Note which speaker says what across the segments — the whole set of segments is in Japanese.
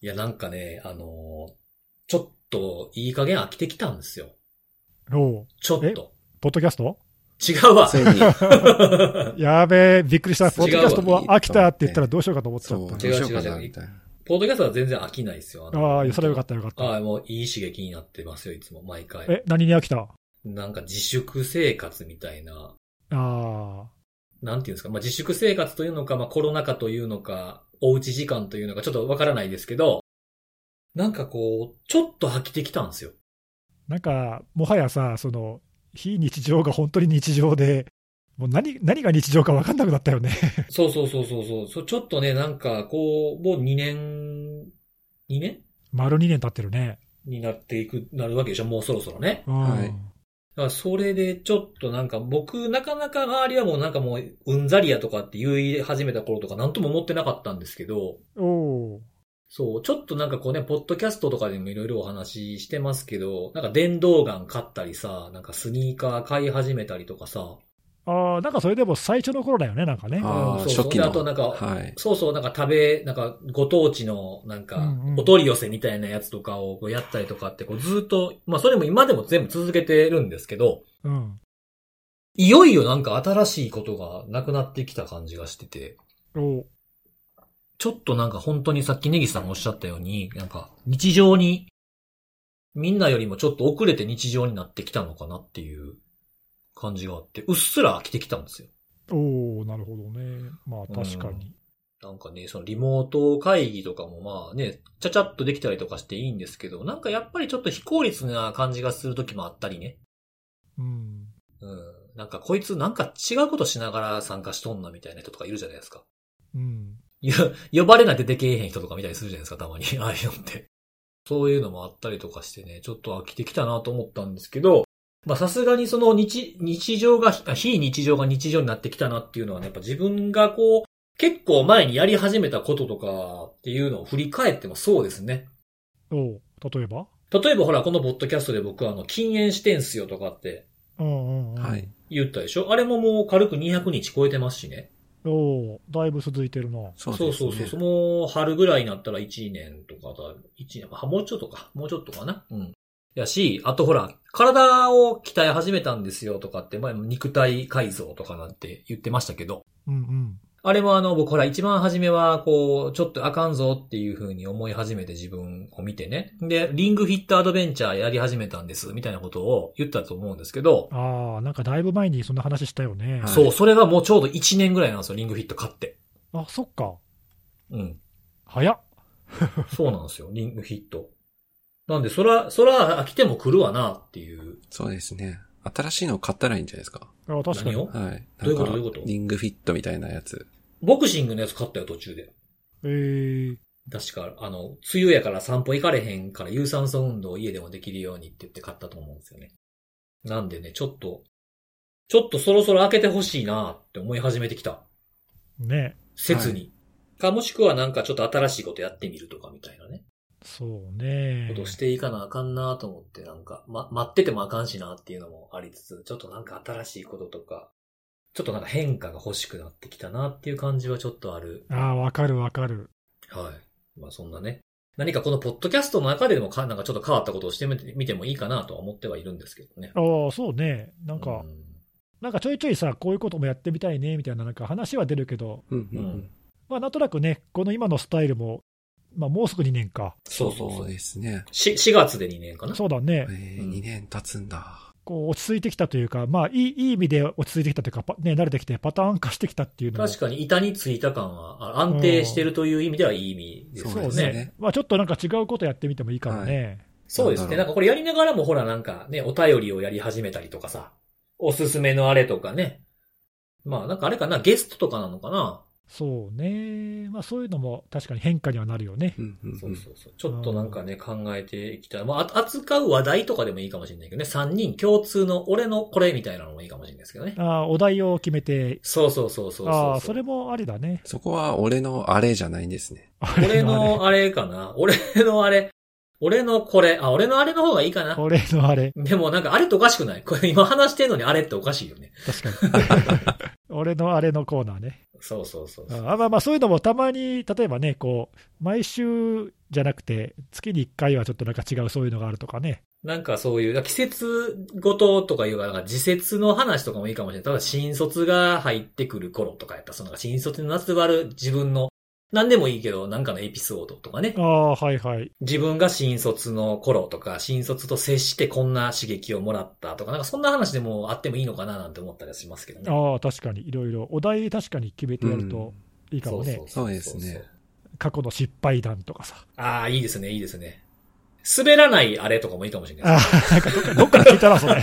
Speaker 1: いや、なんかね、あのーちょっといい加減飽きてきたんですよ。
Speaker 2: おう
Speaker 1: ちょっと。
Speaker 2: ポッドキャスト
Speaker 1: 違うわ
Speaker 3: ついに。
Speaker 2: やべえ、びっくりした。ポッドキャストも
Speaker 3: 違うわ
Speaker 2: 飽きたって言ったらどうしようかと思ってた
Speaker 3: そう、どう
Speaker 1: 違
Speaker 3: しようかな、
Speaker 1: 違う違う
Speaker 3: みたいな。
Speaker 1: ポッドキャストは全然飽きないですよ。あの
Speaker 2: ああ、それはよかったよかった。
Speaker 1: ああ、もういい刺激になってますよ、いつも、毎回。
Speaker 2: え、何に飽きたあ
Speaker 1: なんか自粛生活みたいな、
Speaker 2: あ。
Speaker 1: なんていうんですか、まあ、自粛生活というのか、まあ、コロナ禍というのか、おうち時間というのか、ちょっとわからないですけど、なんかこう、ちょっと飽きてきたん ですよ。
Speaker 2: なんか、もはやさ、その、非日常が本当に日常で、もう何、何が日常か分かんなくなったよね。
Speaker 1: そうそうそうそうそうそう。ちょっとね、なんかこう、もう2年、2年
Speaker 2: 丸2年経ってるね。
Speaker 1: になっていく、なるわけでしょ、もうそろそろね。
Speaker 2: うん。
Speaker 3: はい
Speaker 1: だからそれでちょっとなんか僕、なかなか周りはもうなんかもう、うんざりやとかって言い始めた頃とかなんとも思ってなかったんですけど、
Speaker 2: おお
Speaker 1: そう、ちょっとなんかこうね、ポッドキャストとかでもいろいろお話ししてますけど、なんか電動ガン買ったりさ、なんかスニーカー買い始めたりとかさ、
Speaker 2: ー。ああ、なんかそれでも最初の頃だよね、なんかね。
Speaker 3: ああ、
Speaker 1: そうそう
Speaker 3: 初期
Speaker 1: あと
Speaker 3: の。
Speaker 1: なんか
Speaker 3: はい。
Speaker 1: そうそう、なんか食べ、なんかご当地のなん
Speaker 2: う
Speaker 1: か
Speaker 2: んうん、
Speaker 1: お取り寄せみたいなやつとかをこうやったりとかって、こうずっと、まあそれも今でも全部続けてるんですけど、
Speaker 2: うん。
Speaker 1: いよいよなんか新しいことがなくなってきた感じがしてて、
Speaker 2: おお
Speaker 1: ちょっとなんか本当にさっきネギさんがおっしゃったように、なんか日常に、みんなよりもちょっと遅れて日常になってきたのかなっていう感じがあって、うっすら飽きてきたんですよ。
Speaker 2: おおなるほどね。まあ確かに。
Speaker 1: なんかね、そのリモート会議とかもまあね、ちゃちゃっとできたりとかしていいんですけど、なんかやっぱりちょっと非効率な感じがする時もあったりね。
Speaker 2: うん。
Speaker 1: うん。なんかこいつなんか違うことしながら参加しとんなみたいな人とかいるじゃないですか。
Speaker 2: うん。
Speaker 1: よ呼ばれなくてでけえへん人とか見たりするじゃないですか、たまに。 ああいうのって。そういうのもあったりとかしてね、ちょっと飽きてきたなと思ったんですけど、まあさすがにその日、日常が、あ非日常が日常になってきたなっていうのはね、やっぱ自分がこう、結構前にやり始めたこととかっていうのを振り返ってもそうですね。
Speaker 2: おお例えば
Speaker 1: 例えばほら、このポッドキャストで僕はあの、禁煙してんすよとかって
Speaker 2: うんうんうん。
Speaker 3: はい。
Speaker 1: 言ったでしょあれももう軽く200日超えてますしね。
Speaker 2: おおだいぶ続いてるな。
Speaker 3: そう
Speaker 1: そう
Speaker 3: です
Speaker 1: そうそう
Speaker 3: ね
Speaker 1: そう。もう春ぐらいになったら1年とかだ、一年、あもうちょっとか、もうちょっとかな。うん。やし、あとほら、体を鍛え始めたんですよとかって、前も肉体改造とかなんて言ってましたけど、
Speaker 2: うんうん。
Speaker 1: あれもあの、僕ほら、一番初めは、こう、ちょっとあかんぞっていう風に思い始めて自分を見てね。で、リングフィットアドベンチャーやり始めたんです、みたいなことを言ったと思うんですけど、
Speaker 2: ああ、なんかだいぶ前にそんな話したよね
Speaker 3: はい。
Speaker 1: そう、それがもうちょうど1年ぐらいなんですよ、リングフィット買って。
Speaker 2: あ、そっか。
Speaker 1: うん。
Speaker 2: 早っ。
Speaker 1: そうなんですよ、リングヒット。なんで、そら、そら飽きても来るわなっていう。
Speaker 3: そうですね。新しいのを買ったらいいんじゃないですか。
Speaker 2: あ確か
Speaker 1: 何
Speaker 2: に。
Speaker 1: を
Speaker 3: はい。
Speaker 1: どういうこと
Speaker 3: なんか
Speaker 1: どういうこと
Speaker 3: リングフィットみたいなやつ。
Speaker 1: ボクシングのやつ買ったよ、途中で。
Speaker 2: えー、
Speaker 1: 確か、あの、梅雨やから散歩行かれへんから有酸素運動を家でもできるようにって言って買ったと思うんですよね。なんでね、ちょっと、ちょっとそろそろ開けてほしいなって思い始めてきた。
Speaker 2: ね。
Speaker 1: 切に。か、もしくはなんかちょっと新しいことやってみるとかみたいなね。
Speaker 2: そうね
Speaker 1: こ。としていかなあかんなと思って、なんか、ま、待っててもあかんしなっていうのもありつつ、ちょっとなんか新しいこととか、ちょっとなんか変化が欲しくなってきたなっていう感じはちょっとある。
Speaker 2: ああ、わかるわかる。
Speaker 1: はい。まあそんなね。何かこのポッドキャストの中ででもか、なんかちょっと変わったことをしてみてみてもいいかなとは思ってはいるんですけどね。
Speaker 2: ああ、そうね。なんか、
Speaker 1: うん
Speaker 2: なんかちょいちょいさ、こういうこともやってみたいね、みたいな、なんか話は出るけど、
Speaker 3: うんうんう
Speaker 1: うん
Speaker 3: ん。
Speaker 2: まあ、なんとなくね、この今のスタイルも、まあ、もうすぐ2年か。
Speaker 1: そうそうそう。
Speaker 3: ですね。
Speaker 1: し4月で2年かな。
Speaker 2: そうだね
Speaker 3: え。ー
Speaker 1: うん
Speaker 3: 2年経つんだ。
Speaker 2: こう、落ち着いてきたというか、まあ、いい、いい意味で落ち着いてきたというか、パね、慣れてきて、パターン化してきたっていうのも。
Speaker 1: 確かに板についた感は、あ安定してるという意味ではいい意味ですよ
Speaker 3: そうです
Speaker 1: ね。
Speaker 3: ね
Speaker 2: まあ、ちょっとなんか違うことやってみてもいいかもね。
Speaker 1: そうですね。なんかこれやりながらもほらなんかね、お便りをやり始めたりとかさ、おすすめのあれとかね。まあなんかあれかな、ゲストとかなのかな、
Speaker 2: そうね。まあ、そういうのも確かに変化にはなるよね。
Speaker 3: うんうん。
Speaker 1: そううんそうそう。ちょっとなんかね、考えていきたい。まああ扱う話題とかでもいいかもしれないけどね、3人共通の俺のこれみたいなのもいいかもしれないですけどね。
Speaker 2: ああ、お題を決めて、
Speaker 1: そうそうそうそうう
Speaker 2: ああ、それもありだね。
Speaker 3: そこは俺のあれじゃないんですね。
Speaker 1: 俺
Speaker 2: あ
Speaker 1: のあれかな俺のあれ。俺のこれ。あ、俺のあれの方がいいか
Speaker 2: れ
Speaker 1: な。
Speaker 2: 俺のあれ。
Speaker 1: でもなんかあれっておかしくないこれ今話してんのにあれっておかしいよね。
Speaker 2: 確かに。俺のあれのコーナーね。
Speaker 1: そうそうそうそう。
Speaker 2: あまあまあ、そういうのもたまに、例えばね、こう、毎週じゃなくて、月に1回はちょっとなんか違うそういうのがあるとかね。
Speaker 1: なんかそういう、季節ごととかいうか、なんか時節の話とかもいいかもしれない。ただ新卒が入ってくる頃とかやったら、そのなんか新卒にまつわる自分の、何でもいいけど、なんかのエピソードとかね
Speaker 2: あ。あ、はいはい。
Speaker 1: 自分が新卒の頃とか、新卒と接してこんな刺激をもらったとか、なんかそんな話でもあってもいいのかななんて思ったりはしますけどね。
Speaker 2: ああ、確かにいろいろ。お題確かに決めてやるといいかもね。
Speaker 3: そうですね。
Speaker 2: 過去の失敗談とかさ。
Speaker 1: ああ、いいですね、いいですね。滑らないあれとかもいいかもしれない
Speaker 2: あ
Speaker 1: です。
Speaker 2: あ、なんかどっかどっかで聞いたな、そ れ。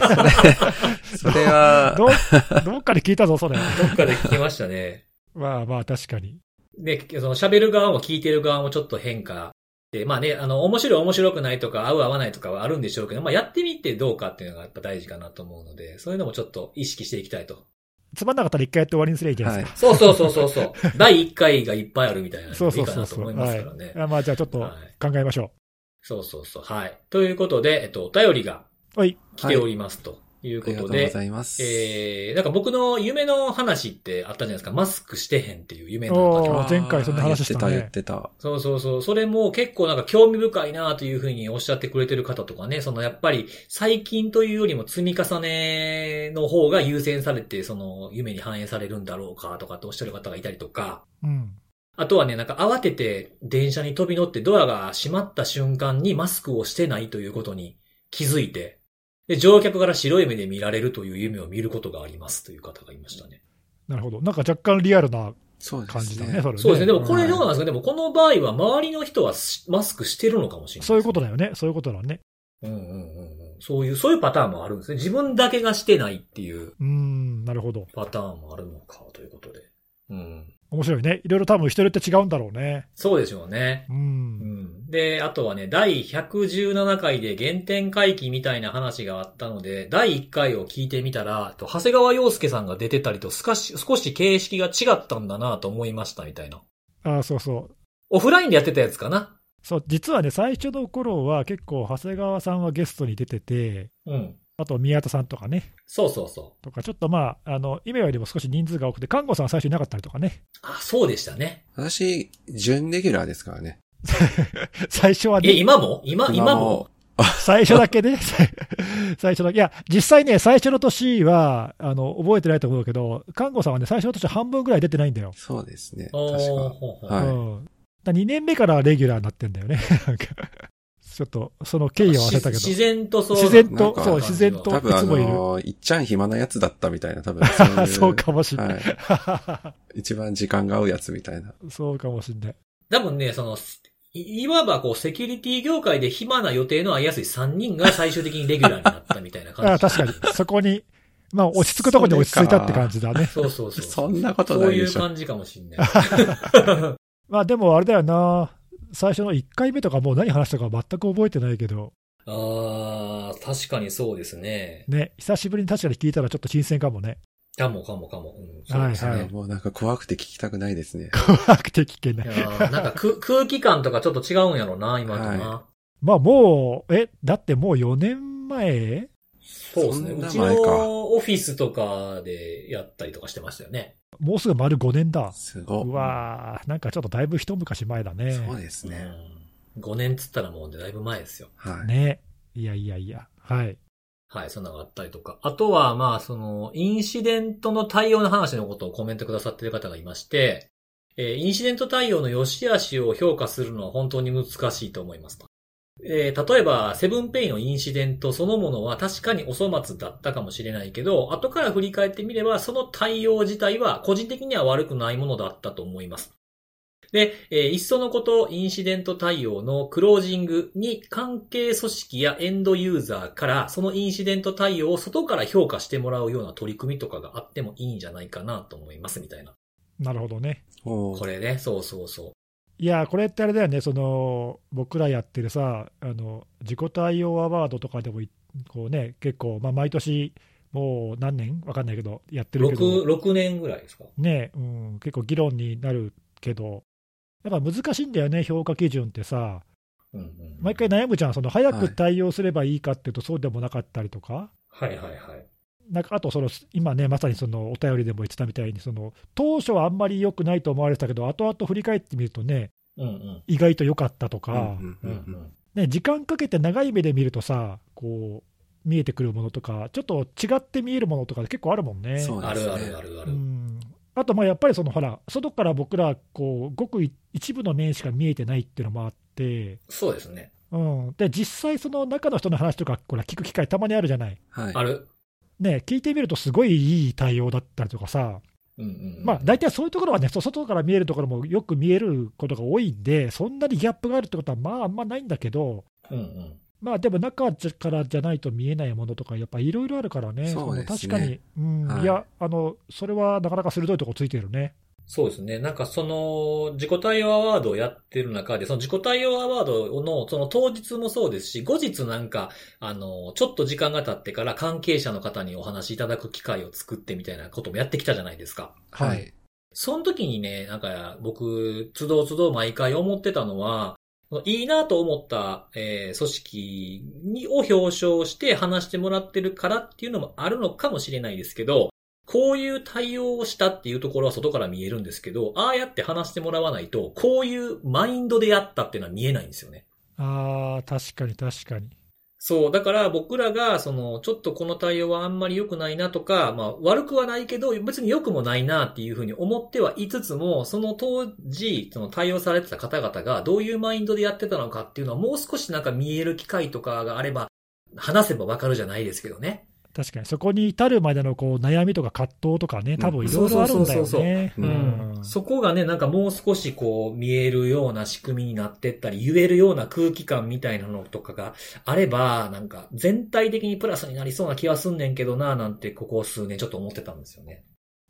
Speaker 3: それは、
Speaker 2: どどっかで聞いたぞ、それ。
Speaker 1: どっかで聞きましたね。
Speaker 2: まあまあ、確かに。
Speaker 1: で、その喋る側も聞いてる側もちょっと変化。で、まあね、あの、面白い面白くないとか、合う合わないとかはあるんでしょうけど、まあやってみてどうかっていうのがやっぱ大事かなと思うので、そういうのもちょっと意識していきたいと。
Speaker 2: つまんなかったら一回やって終わりにすればいいじゃない
Speaker 3: は
Speaker 2: で
Speaker 3: い
Speaker 2: す。
Speaker 1: そうそうそうそうそう。 第1回がいっぱいあるみたいなの
Speaker 2: か。
Speaker 1: が
Speaker 2: そ
Speaker 1: い
Speaker 2: うそ
Speaker 1: いうか
Speaker 2: そ
Speaker 1: な
Speaker 2: う
Speaker 1: と
Speaker 2: そう。
Speaker 1: 思いま
Speaker 2: は
Speaker 1: す
Speaker 2: い
Speaker 1: からね。。
Speaker 2: あまあ、じゃあちょっと考えましょ
Speaker 1: そうそうそう。はい。ということで、えっと、お便りが
Speaker 2: う。はい。
Speaker 1: 来ておりますという
Speaker 3: あ
Speaker 1: こ
Speaker 3: りが
Speaker 1: と
Speaker 3: とうご
Speaker 1: で、
Speaker 3: ざいます。
Speaker 1: えー、なんか僕の夢の話ってあったじゃないですか。マスクしてへんっていう夢の
Speaker 2: お
Speaker 1: 話
Speaker 2: ー
Speaker 3: あー
Speaker 2: 前回そんな話したね
Speaker 3: 言ってた、言って
Speaker 1: そうそうそう。それも結構なんか興味深いなというふうにおっしゃってくれてる方とかね、そのやっぱり最近というよりも積み重ねの方が優先されて、その夢に反映されるんだろうかとかっておっしゃる方がいたりとか、
Speaker 2: うん。
Speaker 1: あとはね、なんか慌てて電車に飛び乗ってドアが閉まった瞬間にマスクをしてないということに気づいて、で、乗客から白い目で見られるという夢を見ることがありますという方がいましたね。
Speaker 2: なるほど。なんか若干リアルな
Speaker 3: た。そうで
Speaker 2: 感
Speaker 3: す
Speaker 2: じだ
Speaker 3: ね。
Speaker 2: ね、それね。
Speaker 1: そうですね。でもこれどうな
Speaker 2: は
Speaker 1: んですか、でもこの場合は周りの人はしマスクしてるのかもしれないい。
Speaker 2: そういうことだよね。そういうことだね。
Speaker 1: うんうんうんうん。そういう、そういうパターンもあるんですね。自分だけがしてないっていう
Speaker 2: うーん、なるほど。
Speaker 1: パターンもあるのか、ということで。うん。
Speaker 2: 面白いね。いろいろ多分人によって違うんだろうね。
Speaker 1: そうでしょうね。
Speaker 2: う。
Speaker 1: うんん。で、あとはね、第117回で原点回帰みたいな話があったので、第1回を聞いてみたら、と長谷川洋介さんが出てたりと、少し、少し形式が違ったんだなと思いましたみたいな。
Speaker 2: ああ、そうそう。
Speaker 1: オフラインでやってたやつかな。
Speaker 2: そう、実はね、最初の頃は結構、長谷川さんはゲストに出てて、
Speaker 1: うん。
Speaker 2: あと宮田さんとかね、
Speaker 1: そうそうそう。
Speaker 2: とか、ちょっとまあ、あの、今よりも少し人数が多くて、看護さんは最初いなかったりとかね、
Speaker 1: あ、そうでしたね。
Speaker 3: 私、準レギュラーですからね。
Speaker 2: 最初は
Speaker 1: え、
Speaker 2: ね、
Speaker 1: 今も今、今も
Speaker 2: 最初だけね、 最初だけ、いや、実際ね、最初の年は、あの、覚えてないと思うけど、看護さんはね、最初の年半分ぐらい出てないんだよ。
Speaker 3: そうですね。
Speaker 1: お
Speaker 3: 確
Speaker 1: ーほう
Speaker 3: か。
Speaker 1: ほう
Speaker 3: はい
Speaker 2: うん、だ2年目からレギュラーになってんだよね、 なんか、ちょっと、その経緯を忘れたけど
Speaker 1: し。自然とそう。
Speaker 2: 自然
Speaker 3: なん
Speaker 2: と、
Speaker 3: か
Speaker 2: そう、自然と、
Speaker 3: 多
Speaker 2: い
Speaker 3: 分あ
Speaker 2: つもいる。
Speaker 3: の、いっちゃん暇なやつだったみたいな、多分そういう。
Speaker 2: そうかもしんない。
Speaker 3: は一番時間が合うやつみたいな。
Speaker 2: そうかもしんない。
Speaker 1: 多分ね、その、いいわばこう、セキュリティ業界で暇な予定の合いやすい3人が最終的にレギュラーになったみたいな
Speaker 2: あ
Speaker 1: 感
Speaker 2: あ
Speaker 1: じ。
Speaker 2: 確かに。そこに、まあ、落ち着くとこに落ち着いたって感じだね。
Speaker 1: そうそうそう。
Speaker 3: そんなこと
Speaker 1: そ
Speaker 3: な
Speaker 1: う
Speaker 3: い
Speaker 1: い
Speaker 3: で
Speaker 1: う
Speaker 3: しょ。
Speaker 1: 感じかもし んない。
Speaker 2: まあ、でもあれだよな。最初の1回目とかもう何話したか全く覚えてないけど、
Speaker 1: あー、確かにそうですね。
Speaker 2: ね、久しぶりに確かに聞いたらちょっと新鮮かもね。
Speaker 1: かもかもかも。うん、そうですね。
Speaker 2: は
Speaker 1: はい
Speaker 2: い
Speaker 3: もうなんか怖くて聞きたくないですね。
Speaker 2: 怖くて聞けない。
Speaker 1: やーなんかく 空気感とかちょっと違うんやろな、今とな。
Speaker 3: は
Speaker 2: まあ、もう、え、だってもう4年前
Speaker 1: そうですね。
Speaker 3: そん
Speaker 1: う
Speaker 3: な
Speaker 1: ち
Speaker 3: 前か
Speaker 1: のオフィスとかでやったりとかしてましたよね。
Speaker 2: もうすぐ丸5年だ。
Speaker 3: すご
Speaker 2: う
Speaker 3: い。
Speaker 2: わーなんかちょっとだいぶ一昔前だね。
Speaker 3: そうですね。
Speaker 1: うん、5年っつったらもうだいぶ前ですよ。
Speaker 3: はい。
Speaker 2: ね。いやいやいや。はい。
Speaker 1: はい、そんなのがあったりとか。あとは、まあ、その、インシデントの対応の話のことをコメントくださっている方がいまして、えーインシデント対応の良し悪しを評価するのは本当に難しいと思いますと。えー例えば、セブンペイのインシデントそのものは確かにお粗末だったかもしれないけど、後から振り返ってみれば、その対応自体は個人的には悪くないものだったと思います。で、えーいっそのこと、インシデント対応のクロージングに関係組織やエンドユーザーから、そのインシデント対応を外から評価してもらうような取り組みとかがあってもいいんじゃないかなと思います、みたいな。
Speaker 2: なるほどね。
Speaker 3: お
Speaker 1: こ
Speaker 3: ー
Speaker 1: れね、そうそうそう。
Speaker 2: いやー、これってあれだよね、その僕らやってるさ、あの自己対応アワードとかでもいこう、ね、結構、まあ、毎年、もう何年わかんないけど、やってるけ
Speaker 1: 6、
Speaker 2: ど、
Speaker 1: 6年ぐらいですか
Speaker 2: ねうん、結構議論になるけど、やっぱ難しいんだよね、評価基準ってさ、
Speaker 1: うんうん。
Speaker 2: 毎回。悩むじゃん、その早
Speaker 3: は
Speaker 2: く
Speaker 3: い
Speaker 2: 対応すればいいかっていうと、そうでもなかったりとか、
Speaker 1: はいはいはい。
Speaker 2: なんかあとその、今ね、まさにそのお便りでも言ってたみたいに、その当初はあんまり良くないと思われてたけど、後々振り返ってみるとね、
Speaker 1: うんうん。
Speaker 2: 意外と良かったと
Speaker 3: う
Speaker 2: か、
Speaker 3: ん
Speaker 1: う
Speaker 3: う
Speaker 1: んんう
Speaker 3: うん
Speaker 1: ん。
Speaker 2: ね、時間かけて長い目で見るとさ、こう、見えてくるものとか、ちょっと違って見えるものとか結構あるもんね。
Speaker 3: そう
Speaker 1: あ
Speaker 3: です
Speaker 1: る
Speaker 3: ね。
Speaker 1: あるあるあ
Speaker 2: う
Speaker 1: る。
Speaker 2: んあと、まあやっぱりそのほら、外から僕ら、こう、ごく一部の面しか見えてないっていうのもあって、
Speaker 1: そうですね。
Speaker 2: うん、で実際、その中の人の話とか、これ、聞く機会、たまにあるじゃない。
Speaker 3: はい。
Speaker 1: ある。
Speaker 2: ね、聞いてみると、すごいいい対応だったりとかさ、
Speaker 1: うんうんうん。
Speaker 2: まあ、大体そういうところはね、そう外から見えるところもよく見えることが多いんで、そんなにギャップがあるってことは、まあ、あんまないんだけど、
Speaker 1: うんうん。
Speaker 2: まあ、でも中からじゃないと見えないものとか、やっぱいろいろあるからね、
Speaker 3: そうですね
Speaker 2: その確かに、うん
Speaker 3: はい
Speaker 2: いやあの、それはなかなか鋭いとこついてるね。
Speaker 1: そうですね。なんかその、自己対応アワードをやってる中で、その自己対応アワードの、その当日もそうですし、後日なんか、あの、ちょっと時間が経ってから関係者の方にお話しいただく機会を作ってみたいなこともやってきたじゃないですか。
Speaker 3: は
Speaker 2: はい
Speaker 3: い。
Speaker 1: その時にね、なんか僕、つどつど毎回思ってたのは、いいなと思った、えー組織にを表彰して話してもらってるからっていうのもあるのかもしれないですけど、こういう対応をしたっていうところは外から見えるんですけど、ああやって話してもらわないと、こういうマインドでやったっていうのは見えないんですよね。
Speaker 2: あー確かに確かに。
Speaker 1: そう。だから僕らが、その、ちょっとこの対応はあんまり良くないなとか、まあ悪くはないけど、別に良くもないなっていうふうに思ってはいつつも、その当時、その対応されてた方々がどういうマインドでやってたのかっていうのはもう少しなんか見える機会とかがあれば、話せばわかるじゃないですけどね。
Speaker 2: 確かに、そこに至るまでのこう悩みとか葛藤とかね、多分いろいろあるん
Speaker 1: そう
Speaker 2: だ
Speaker 1: そう
Speaker 2: よ
Speaker 1: そう
Speaker 2: ね。
Speaker 3: う
Speaker 2: うん
Speaker 1: そこがね、なんかもう少しこう見えるような仕組みになってったり、言えるような空気感みたいなのとかがあれば、なんか全体的にプラスになりそうな気はすんねんけどな、なんてここ数年ちょっと思ってたんですよね。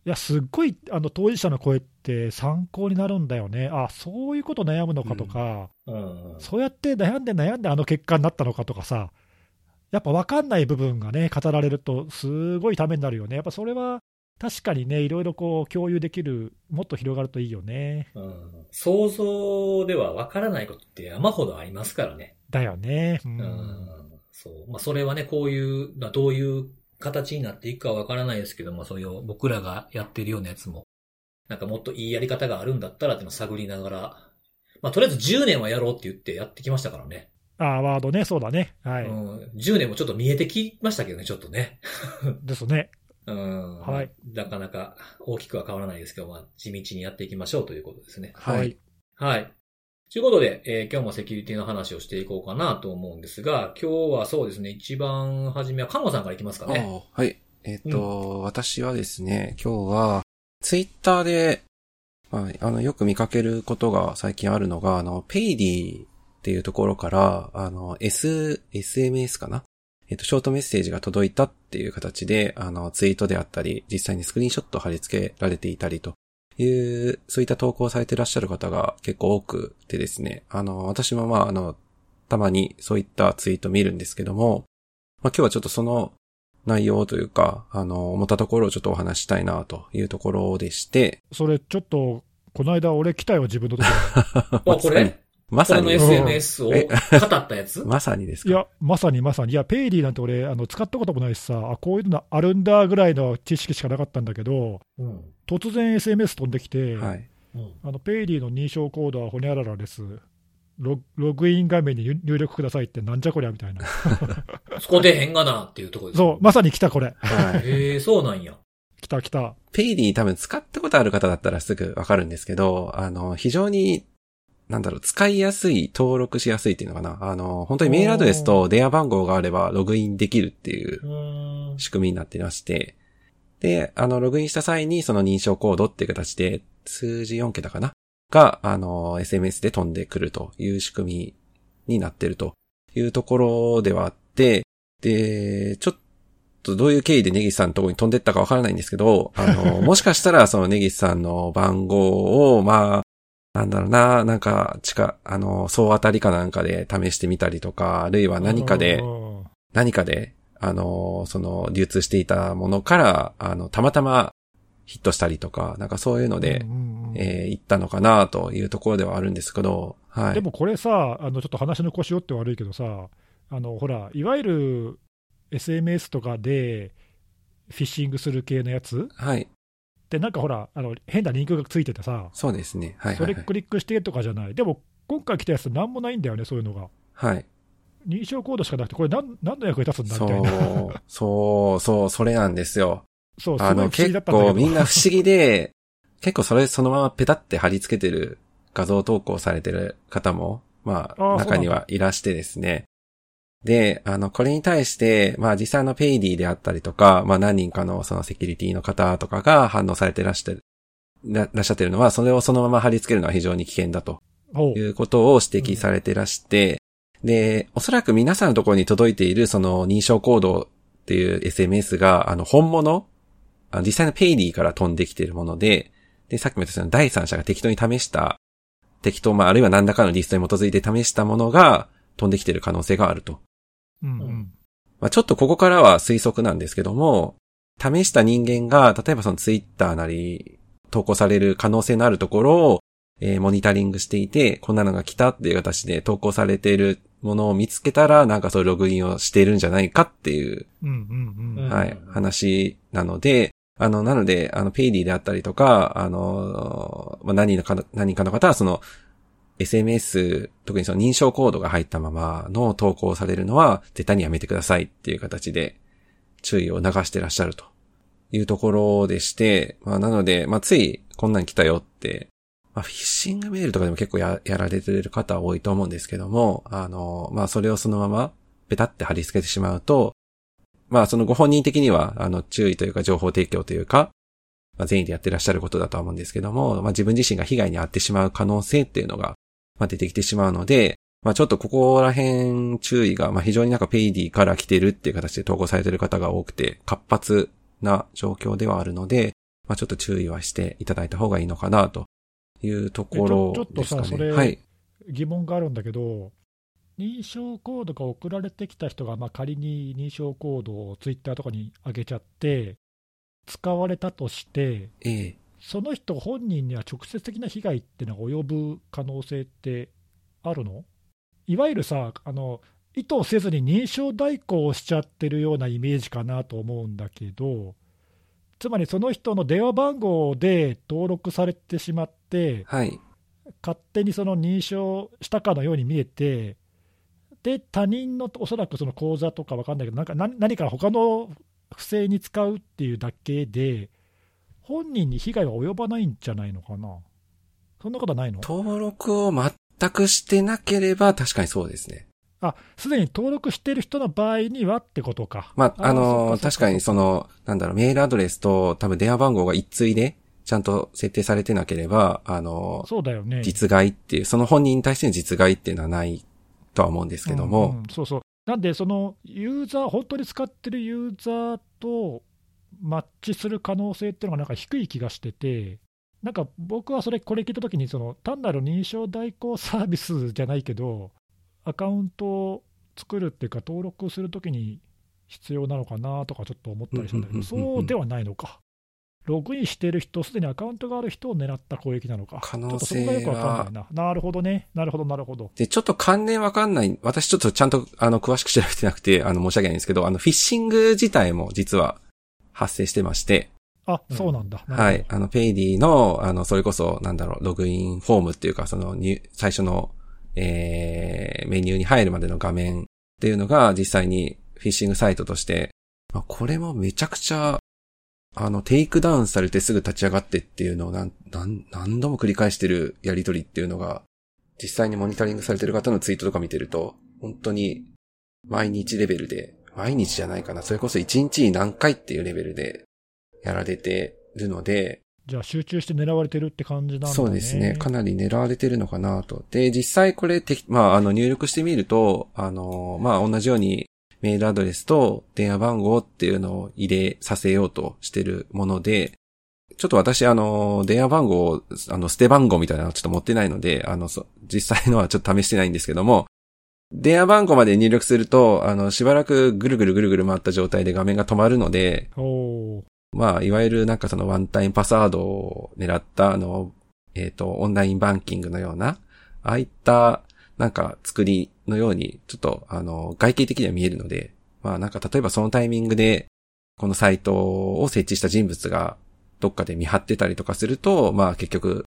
Speaker 2: いや、すっごいあの当事者の声って参考になるんだよね。あ、そういうこと悩むのかとか、
Speaker 1: うん。
Speaker 2: そうやって悩んで悩んであの結果になったのかとかさ、やっぱ分かんない部分がね、語られると、すごいためになるよね。やっぱそれは確かにね、いろいろこう共有できる、もっと広がるといいよね。
Speaker 1: うん、想像ではわからないことって山ほどありますからね。
Speaker 2: だよね。う
Speaker 1: うんん。そう。まあ、それはね、こういう、まあどういう形になっていくかはわからないですけども、そういう僕らがやってるようなやつも、なんかもっといいやり方があるんだったらっていうのを探りながら、まあ、とりあえず10年はやろうって言ってやってきましたからね。
Speaker 2: あ、ワードね、そうだね。はい。
Speaker 1: うん。10年もちょっと見えてきましたけどね、ちょっとね。
Speaker 2: ですね。
Speaker 1: うん。
Speaker 2: はい。
Speaker 1: なかなか大きくは変わらないですけど、まあ、地道にやっていきましょうということですね。
Speaker 3: はい。。
Speaker 1: はい。ということで、えー今日もセキュリティの話をしていこうかなと思うんですが、今日はそうですね、一番初めは、カモさんからいきますか
Speaker 3: あ
Speaker 1: ね。
Speaker 3: あはい。えっと、私はですね、今日は、ツイッターで、まあ、あの、よく見かけることが最近あるのが、あの、ペイディっていうところから、あの、S、SMS かなえっと、ショートメッセージが届いたっていう形で、あの、ツイートであったり、実際にスクリーンショット貼り付けられていたりという、そういった投稿をされていらっしゃる方が結構多くてですね、あの、私もまあ、あの、たまにそういったツイート見るんですけども、まあ今日はちょっとその内容というか、あの、思ったところをちょっとお話ししたいなというところでして、
Speaker 2: それちょっと、この間俺来たよ、自分のところ
Speaker 1: あ、これ
Speaker 3: ま
Speaker 1: こ
Speaker 3: さ
Speaker 1: れの
Speaker 3: に、
Speaker 1: SNS を
Speaker 3: え
Speaker 1: 語ったやつ
Speaker 3: まさにです
Speaker 2: に。い
Speaker 3: か
Speaker 2: や、まさにまさに。いや、ペイディなんて俺、あの使ったこともないしさ、あ、こういうのあるんだぐらいの知識しかなかったんだけど、
Speaker 1: うん。
Speaker 2: 突然 SMS 飛んできて、
Speaker 3: はい。
Speaker 1: うん。
Speaker 2: あのペイディの認証コードはほにゃららです。ロログイン画面に入入力くださいって、なんじゃこりゃみたいな。
Speaker 1: そこでへんがなっていうところです。
Speaker 2: そう、まさに来た、これ。
Speaker 3: はい。
Speaker 1: へえ、そうなんや。
Speaker 2: 来た、来た。
Speaker 3: ペイディ多分使ったことある方だったらすぐわかるんですけど、あの、非常に、なんだろう、使いやすい、登録しやすいっていうのかな。あの、本当にメールアドレスと電話番号があればログインできるっていう
Speaker 1: うーん。
Speaker 3: 仕組みになっていまして、で、あの、ログインした際にその認証コードっていう形で、数字4桁かなが、あの、SMS で飛んでくるという仕組みになってるというところではあって、で、ちょっとどういう経緯でネギスさんのところに飛んでったかわからないんですけど、あ の、もしかしたらそのネギスさんの番号を、まあ、なんだろうな、なんか、近、あの、総当たりかなんかで試してみたりとか、あるいは何かで、
Speaker 2: うん
Speaker 3: 何かで、あの、その、流通していたものから、あの、たまたまヒットしたりとか、なんかそういうので、
Speaker 2: うんうんうん
Speaker 3: えー行ったのかなというところではあるんですけど、はい。
Speaker 2: でもこれさ、あのちょっと話の腰折って悪いけどさ、あのほら、いわゆる SMS とかでフィッシングする系のやつ
Speaker 3: はい。
Speaker 2: って、なんかほら、あの変なリンクがついててさ、
Speaker 3: そうですね。はい
Speaker 2: そ
Speaker 3: はい、
Speaker 2: れ
Speaker 3: はい。
Speaker 2: クリックしてとかじゃない、でも今回来たやつ、なんもないんだよね、そういうのが。
Speaker 3: はい。
Speaker 2: 認証コードしかなくて、これなん、何の役に立つんだみたいな、
Speaker 3: そう、そう、そう、それなんですよ。
Speaker 2: そう、
Speaker 3: あ
Speaker 2: すごい不
Speaker 3: の、
Speaker 2: 思議
Speaker 3: 結
Speaker 2: だったんだけ
Speaker 3: 構みん
Speaker 2: ど、
Speaker 3: な不思議で、 結構それそのままペタって貼り付けてる画像投稿されてる方も、ま
Speaker 2: あ
Speaker 3: あ、
Speaker 2: ー
Speaker 3: 中にはいらしてですね。で、あの、これに対して、まあ実際のペイディであったりとか、まあ何人かのそのセキュリティの方とかが反応されてらしてる、ららっしゃってるのは、それをそのまま貼り付けるのは非常に危険だと
Speaker 2: ほ
Speaker 3: いううことを指摘されてらして、で、おそらく皆さんのところに届いているその認証コードっていう SMS が、あの、本物、あの実際のペイディから飛んできているもので、で、さっきも言ったその第三者が適当に試した、適当、まあ、あるいは何らかのリストに基づいて試したものが飛んできている可能性があると。
Speaker 2: うんうん
Speaker 3: まあ、ちょっとここからは推測なんですけども、試した人間が、例えばそのツイッターなり、投稿される可能性のあるところを、えーモニタリングしていて、こんなのが来たっていう形で投稿されているものを見つけたら、なんかそういうログインをしているんじゃないかっていう、
Speaker 2: うんうんうん
Speaker 1: うん
Speaker 3: はい、話なので、あの、なので、あの、ペイディであったりとか、あの、まあ、何人かの、何人かの方は、その、SMS、特にその認証コードが入ったままの投稿をされるのは、絶対にやめてくださいっていう形で、注意を流してらっしゃるというところでして、まあ、なので、まあ、つい、こんなん来たよって、まあ、フィッシングメールとかでも結構ややられてる方多いと思うんですけども、あの、まあ、それをそのまま、ペタって貼り付けてしまうと、まあ、そのご本人的には、あの、注意というか情報提供というか、まあ、善意でやってらっしゃることだとは思うんですけども、まあ、自分自身が被害に遭ってしまう可能性っていうのが、まあ、出てきてしまうので、まあ、ちょっとここら辺注意が、まあ、非常になんかペイディから来てるっていう形で投稿されてる方が多くて、活発な状況ではあるので、まあ、ちょっと注意はしていただいた方がいいのかな、というとこ
Speaker 2: えちょ
Speaker 3: ろ
Speaker 2: ちょっと
Speaker 3: です
Speaker 2: さ
Speaker 3: かね。
Speaker 2: それ
Speaker 3: はい。
Speaker 2: 疑問があるんだけど、認証コードが送られてきた人が、まあ、仮に認証コードをツイッターとかに上げちゃって、使われたとして、
Speaker 3: ええ
Speaker 2: その人本人には直接的な被害っていうのが及ぶ可能性ってあるのいわゆるさあの、意図せずに認証代行をしちゃってるようなイメージかなと思うんだけど、つまりその人の電話番号で登録されてしまって、
Speaker 3: はい。
Speaker 2: 勝手にその認証したかのように見えて、で、他人のおそらくその口座とか分かんないけど、なんか何何か他の不正に使うっていうだけで、本人に被害は及ばないんじゃないのかな、そんなことはないの
Speaker 3: 登録を全くしてなければ、確かにそうですね。
Speaker 2: あすでに登録してる人の場合にはってことか。
Speaker 3: まあ、あの、
Speaker 2: そっ
Speaker 3: 確かに
Speaker 2: そっ
Speaker 3: その、なんだろう、メールアドレスと多分電話番号が一対で、ちゃんと設定されてなければ、あの、
Speaker 2: そうだよね。
Speaker 3: 実害っていう、その本人に対しての実害っていうのはないとは思うんですけども、
Speaker 2: うんうんそうそう。なんで、そのユーザー、本当に使ってるユーザーとマッチする可能性っていうのがなんか低い気がしてて、なんか僕はそれ、これ聞いたときにその、単なる認証代行サービスじゃないけど、アカウントを作るっていうか、登録するときに必要なのかなとかちょっと思ったりしたんだけど、
Speaker 3: うんうんうんうんうん
Speaker 2: そうではないのか。ログインしてる人、すでにアカウントがある人を狙った攻撃なのか。
Speaker 3: 可能性
Speaker 2: ちょっとそこがよくわ
Speaker 3: は
Speaker 2: かんないな。なるほどね。なるほど、なるほど。
Speaker 3: で、ちょっと関連わかんない。私ちょっとちゃんと、あの、詳しく調べてなくて、あの、申し訳ないんですけど、あの、フィッシング自体も実は発生してまして、
Speaker 2: あ、そうなんだ。なるほど
Speaker 3: はい。あの、ペイディの、あの、それこそ、なんだろう、ログインフォームっていうか、その、に最初の、えー、メニューに入るまでの画面っていうのが、実際にフィッシングサイトとして、まあ、これもめちゃくちゃ、あの、テイクダウンされてすぐ立ち上がってっていうのをなん、なん、何度も繰り返してるやりとりっていうのが、実際にモニタリングされてる方のツイートとか見てると、本当に、毎日レベルで、毎日じゃないかな、それこそ1日に何回っていうレベルで、やられてるので、
Speaker 2: じゃあ集中して狙われてるって感じなんだね。
Speaker 3: そうですね。かなり狙われてるのかなと。で、実際これ、てまあ、あの、入力してみると、あの、まあ、同じようにメールアドレスと電話番号っていうのを入れさせようとしてるもので、ちょっと私、あの、電話番号を、あの、捨て番号みたいなのちょっと持ってないので、あの、そ実際のはちょっと試してないんですけども、電話番号まで入力すると、あの、しばらくぐるぐるぐるぐる回った状態で画面が止まるので、
Speaker 2: おー
Speaker 3: まあ、いわゆるなんかそのワンタイムパスワードを狙った、あの、えっ、と、オンラインバンキングのような、ああいった、なんか作りのように、ちょっと、あの、外形的には見えるので、まあなんか例えばそのタイミングで、このサイトを設置した人物が、どっかで見張ってたりとかすると、まあ結局、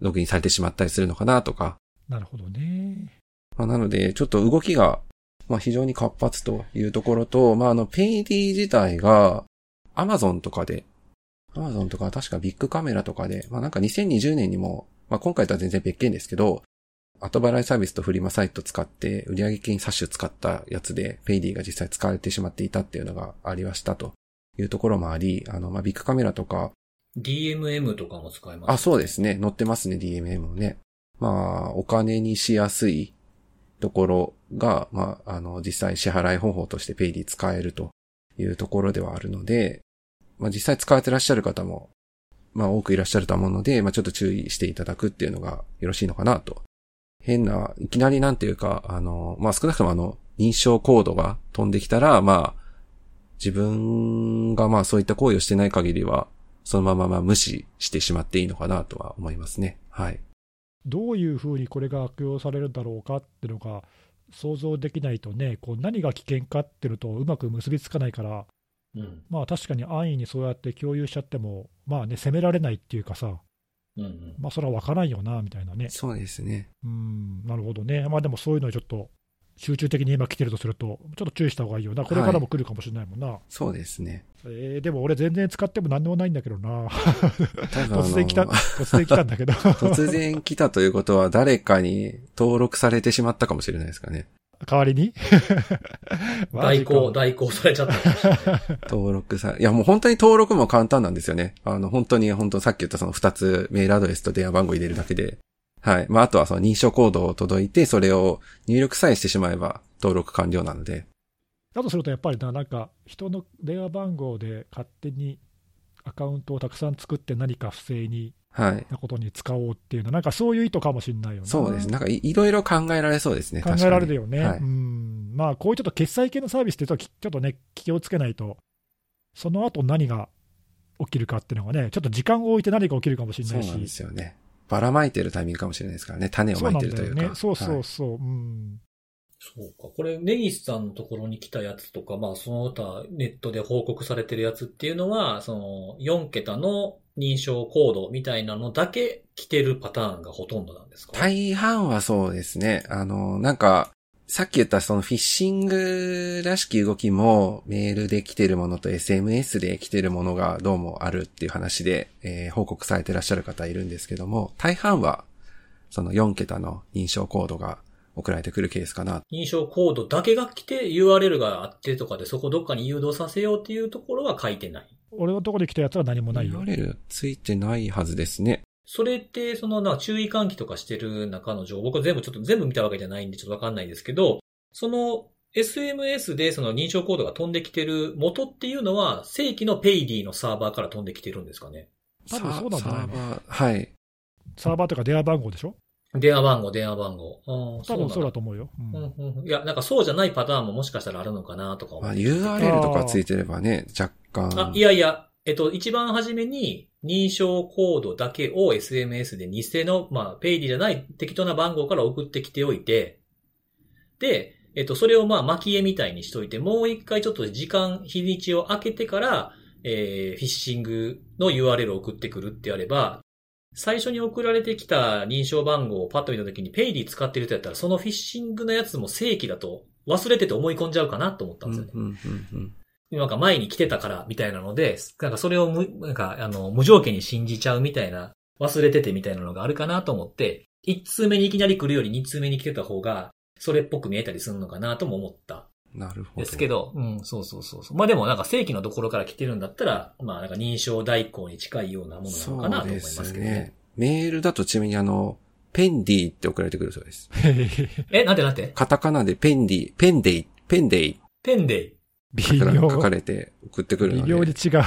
Speaker 3: ログインされてしまったりするのかなとか。
Speaker 2: なるほどね。
Speaker 3: まあ、なので、ちょっと動きが、まあ非常に活発というところと、まああの、ペイディ自体が、アマゾンとかで、アマゾンとか確かビッグカメラとかで、まあなんか2020年にも、まあ今回とは全然別件ですけど、後払いサービスとフリマサイト使って、売上金サッシュ使ったやつで、ペイディが実際使われてしまっていたっていうのがありましたというところもあり、あの、まあビッグカメラとか、
Speaker 1: DMM とかも使えます、
Speaker 3: あ、そうですね。載ってますね、DMM もね。まあ、お金にしやすいところが、まあ、あの、実際支払い方法としてペイディ使えるというところではあるので、まあ実際使われてらっしゃる方も、まあ多くいらっしゃると思うので、まあちょっと注意していただくっていうのがよろしいのかなと。変な、いきなりなんていうか、あの、まあ少なくともあの、認証コードが飛んできたら、まあ、自分がまあそういった行為をしてない限りは、そのまままあ無視してしまっていいのかなとは思いますね。はい。
Speaker 2: どういうふうにこれが悪用されるんだろうかっていうのが想像できないとね、こう何が危険かっていうのとうまく結びつかないから、
Speaker 1: うん。
Speaker 2: まあ確かに安易にそうやって共有しちゃっても、まあね、責められないっていうかさ、
Speaker 1: うんうん。
Speaker 2: まあそれは分からんよな、みたいなね。
Speaker 3: そうですね。
Speaker 2: うん、なるほどね。まあでもそういうのにちょっと集中的に今来てるとすると、ちょっと注意した方がいいよな。これからも来るかもしれないもんな。
Speaker 3: そうですね。
Speaker 2: えーでも俺全然使っても何でもないんだけどな。
Speaker 3: 多分あの
Speaker 2: 突然 来た、突然来たんだけど。
Speaker 3: 突然来たということは誰かに登録されてしまったかもしれないですかね。
Speaker 2: 代わり にマジ
Speaker 1: 代
Speaker 2: か
Speaker 1: 行、代行されちゃったかもしれない。
Speaker 3: 登録さ、いやもう本当に登録も簡単なんですよね。あの本当に本当さっき言ったその2つメールアドレスと電話番号入れるだけで。はい。まああとはその認証コードを届いてそれを入力さえしてしまえば登録完了なので。
Speaker 2: だとするとやっぱりな、なんか人の電話番号で勝手にアカウントをたくさん作って何か不正に
Speaker 3: はい。
Speaker 2: なことに使おうっていうのは、なんかそういう意図かもしれないよね。
Speaker 3: そうですね。なんかいいろいろ考えられそうですね。
Speaker 2: 考
Speaker 3: 確
Speaker 2: え
Speaker 3: かに
Speaker 2: られるよね。。
Speaker 3: はいう
Speaker 2: ん。まあ、こういうちょっと決済系のサービスっていうと、きちょっとね、気をつけないと、その後何が起きるかっていうのがね、ちょっと時間を置いて何が起きるかもしれ
Speaker 3: そ
Speaker 2: な
Speaker 3: う
Speaker 2: い
Speaker 3: なんで
Speaker 2: し。
Speaker 3: すよね。ばらまいてるタイミングかもしれないですからね。種をまいてるというか。
Speaker 2: そうそ
Speaker 3: は
Speaker 2: う
Speaker 3: い
Speaker 2: そう。うん。
Speaker 1: そうか。これ、ネギスさんのところに来たやつとか、まあ、その他、ネットで報告されてるやつっていうのは、その、4桁の認証コードみたいなのだけ来てるパターンがほとんどなんですか
Speaker 3: 大半はそうですね。あの、なんか、さっき言ったそのフィッシングらしき動きもメールで来てるものと SMS で来てるものがどうもあるっていう話で、えー報告されてらっしゃる方いるんですけども、大半はその4桁の認証コードが送られてくるケースかな。
Speaker 1: 認証コードだけが来て URL があってとかで、そこどっかに誘導させようっていうところは書いてない。
Speaker 2: 俺のところに来たやつは何もないよ。
Speaker 3: URL ついてないはずですね。
Speaker 1: それって、その、な注意喚起とかしてる中の情報、僕は全部ちょっと全部見たわけじゃないんでちょっとわかんないですけど、その、SMS でその認証コードが飛んできてる元っていうのは、正規のペイディのサーバーから飛んできてるんですかね
Speaker 2: 多分そうなんじゃないの
Speaker 3: サーバー、はい。
Speaker 2: サーバーとか電話番号でしょ
Speaker 1: 電話番号、電話番号。うん、
Speaker 2: 多分そうだ
Speaker 1: だ
Speaker 2: と思うよ。うん
Speaker 1: うんうんうんいや、なんかそうじゃないパターンももしかしたらあるのかなとか思
Speaker 3: ま
Speaker 1: う
Speaker 3: あ、URL とかついてればね、若干。
Speaker 1: あ、いやいや、えっと、一番初めに認証コードだけを SMS で偽の、まあ、ペイディじゃない適当な番号から送ってきておいて、で、えっと、それをまあ、巻き絵みたいにしといて、もう一回ちょっと時間、日にちを空けてから、えー、フィッシングの URL を送ってくるってやれば、最初に送られてきた認証番号をパッと見たときに、ペイディ使ってるとやったら、そのフィッシングのやつも正規だと忘れてて思い込んじゃうかなと思った
Speaker 3: うんん
Speaker 1: で
Speaker 3: う
Speaker 1: すよね。
Speaker 3: んうんうん
Speaker 1: なんか前に来てたからみたいなので、なんかそれをむ、なんかあの、無条件に信じちゃうみたいな、忘れててみたいなのがあるかなと思って、一通目にいきなり来るより二通目に来てた方が、それっぽく見えたりするのかなとも思った。
Speaker 3: なるほど。
Speaker 1: ですけど、うん、そうそうそうそう。まあでもなんか正規のところから来てるんだったら、まあなんか認証代行に近いようなものなのかなと思いますけどね。
Speaker 3: そうですね。メールだとちなみにあの、ペンディって送られてくるそうです。
Speaker 1: え、なんてなんて
Speaker 3: カタカナでペンディ、ペンデイ、ペンデイ
Speaker 1: ペンデイ。
Speaker 2: 微
Speaker 3: から
Speaker 2: 妙
Speaker 3: 書。かれて送ってくる
Speaker 2: 微
Speaker 3: の
Speaker 2: 妙に
Speaker 3: で。
Speaker 2: 違う。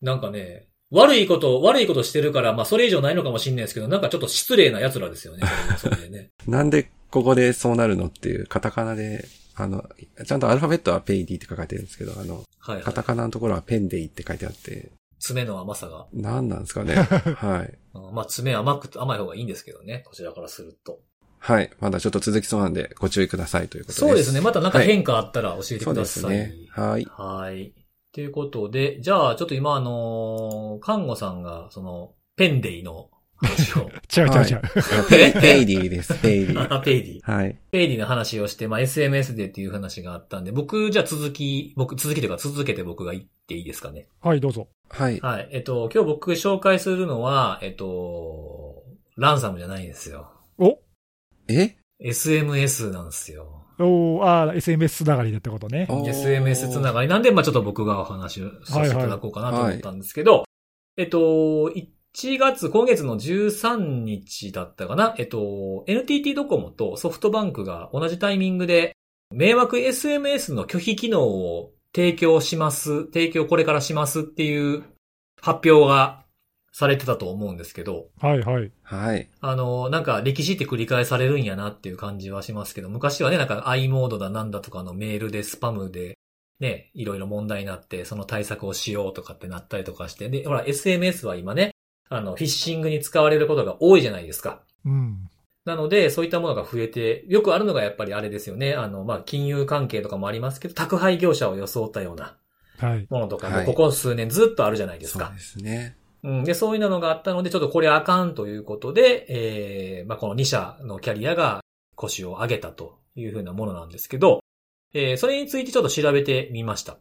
Speaker 1: なんかね、悪いこと、悪いことしてるから、まあそれ以上ないのかもしれないですけど、なんかちょっと失礼な奴らですよ ね。それでね。
Speaker 3: なんでここでそうなるのっていう、カタカナで、あの、ちゃんとアルファベットはペイディって書かれてるんですけど、あの、
Speaker 1: はい、はい。
Speaker 3: カタカナのところはペンデイって書いてあって、
Speaker 1: 爪の甘さが。
Speaker 3: 何なんで すかね。はい。
Speaker 1: うんまあ、爪甘く、甘い方がいいんですけどね、こちらからすると。
Speaker 3: はい。まだちょっと続きそうなんで、ご注意くださいということです。
Speaker 1: そうですね。またなんか
Speaker 3: はい
Speaker 1: 変化あったら教えて
Speaker 3: そ
Speaker 1: く
Speaker 3: う
Speaker 1: だ
Speaker 3: です
Speaker 1: さい。
Speaker 3: ね。はい。
Speaker 1: はい。ということで、じゃあ、ちょっと今、あのー看護さんが、その、ペンデイの話 を、
Speaker 2: 違う違う違う。
Speaker 3: ペ イペイディです、ペイディ。
Speaker 1: あペイディ。
Speaker 3: はい。
Speaker 1: ペイディの話をして、まあ、SMS でっていう話があったんで、僕、じゃあ続き、僕、続きというか続けて僕が言っていいですかね。
Speaker 2: はい、どうぞ。
Speaker 3: はい。
Speaker 1: はい。えっと、今日僕紹介するのは、えっと、ランサムじゃないんですよ。
Speaker 2: お
Speaker 3: え
Speaker 1: SMS なんですよ。
Speaker 2: おーあー SMS つながりでってことね。
Speaker 3: おー
Speaker 1: SMS つながりなんで、まあちょっと僕がお話をさせていただこうかなと思ったんですけど、えっと、1月、今月の13日だったかな、えっと、NTT ドコモとソフトバンクが同じタイミングで、迷惑 SMS の拒否機能を提供します、提供これからしますっていう発表がされてたと思うんですけど、
Speaker 2: はいはい。
Speaker 3: はい。
Speaker 1: あの、なんか歴史って繰り返されるんやなっていう感じはしますけど、昔はね、なんか i モードだなんだとかのメールでスパムで、ね、いろいろ問題になって、その対策をしようとかってなったりとかして、で、ほら、SMS は今ね、あの、フィッシングに使われることが多いじゃないですか。
Speaker 2: うん。
Speaker 1: なので、そういったものが増えて、よくあるのがやっぱりあれですよね。あの、まあ、金融関係とかもありますけど、宅配業者を装ったような
Speaker 2: はい。
Speaker 1: ものとか
Speaker 3: は
Speaker 1: も、
Speaker 3: い
Speaker 1: ここ数年ずっとあるじゃないです
Speaker 3: そう
Speaker 1: か。
Speaker 3: ですね。
Speaker 1: うん、で、そういうのがあったので、ちょっとこれあかんということで、えー、まあ、この2社のキャリアが腰を上げたというふうなものなんですけど、えー、それについてちょっと調べてみました。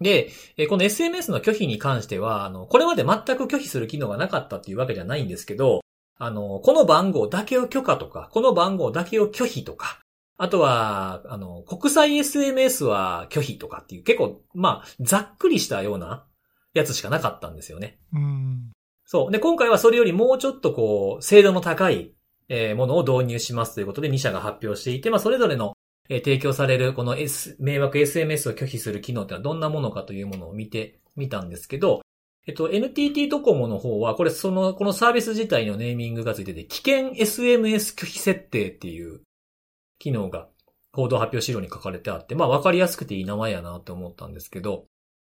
Speaker 1: で、えーこの SMS の拒否に関しては、あの、これまで全く拒否する機能がなかったっていうわけじゃないんですけど、あの、この番号だけを許可とか、この番号だけを拒否とか、あとは、あの、国際 SMS は拒否とかっていう、結構、まあ、ざっくりしたようなやつしかなかったんですよね。
Speaker 2: うん。
Speaker 1: そう。で、今回はそれよりもうちょっとこう、精度の高い、えーものを導入しますということで2社が発表していて、まあ、それぞれの、えー提供される、この、S、迷惑 SMS を拒否する機能ってのはどんなものかというものを見てみたんですけど、えっと、NTT ドコモの方は、これその、このサービス自体のネーミングがついてて、危険 SMS 拒否設定っていう機能が、報道発表資料に書かれてあって、まあ、わかりやすくていい名前やなと思ったんですけど、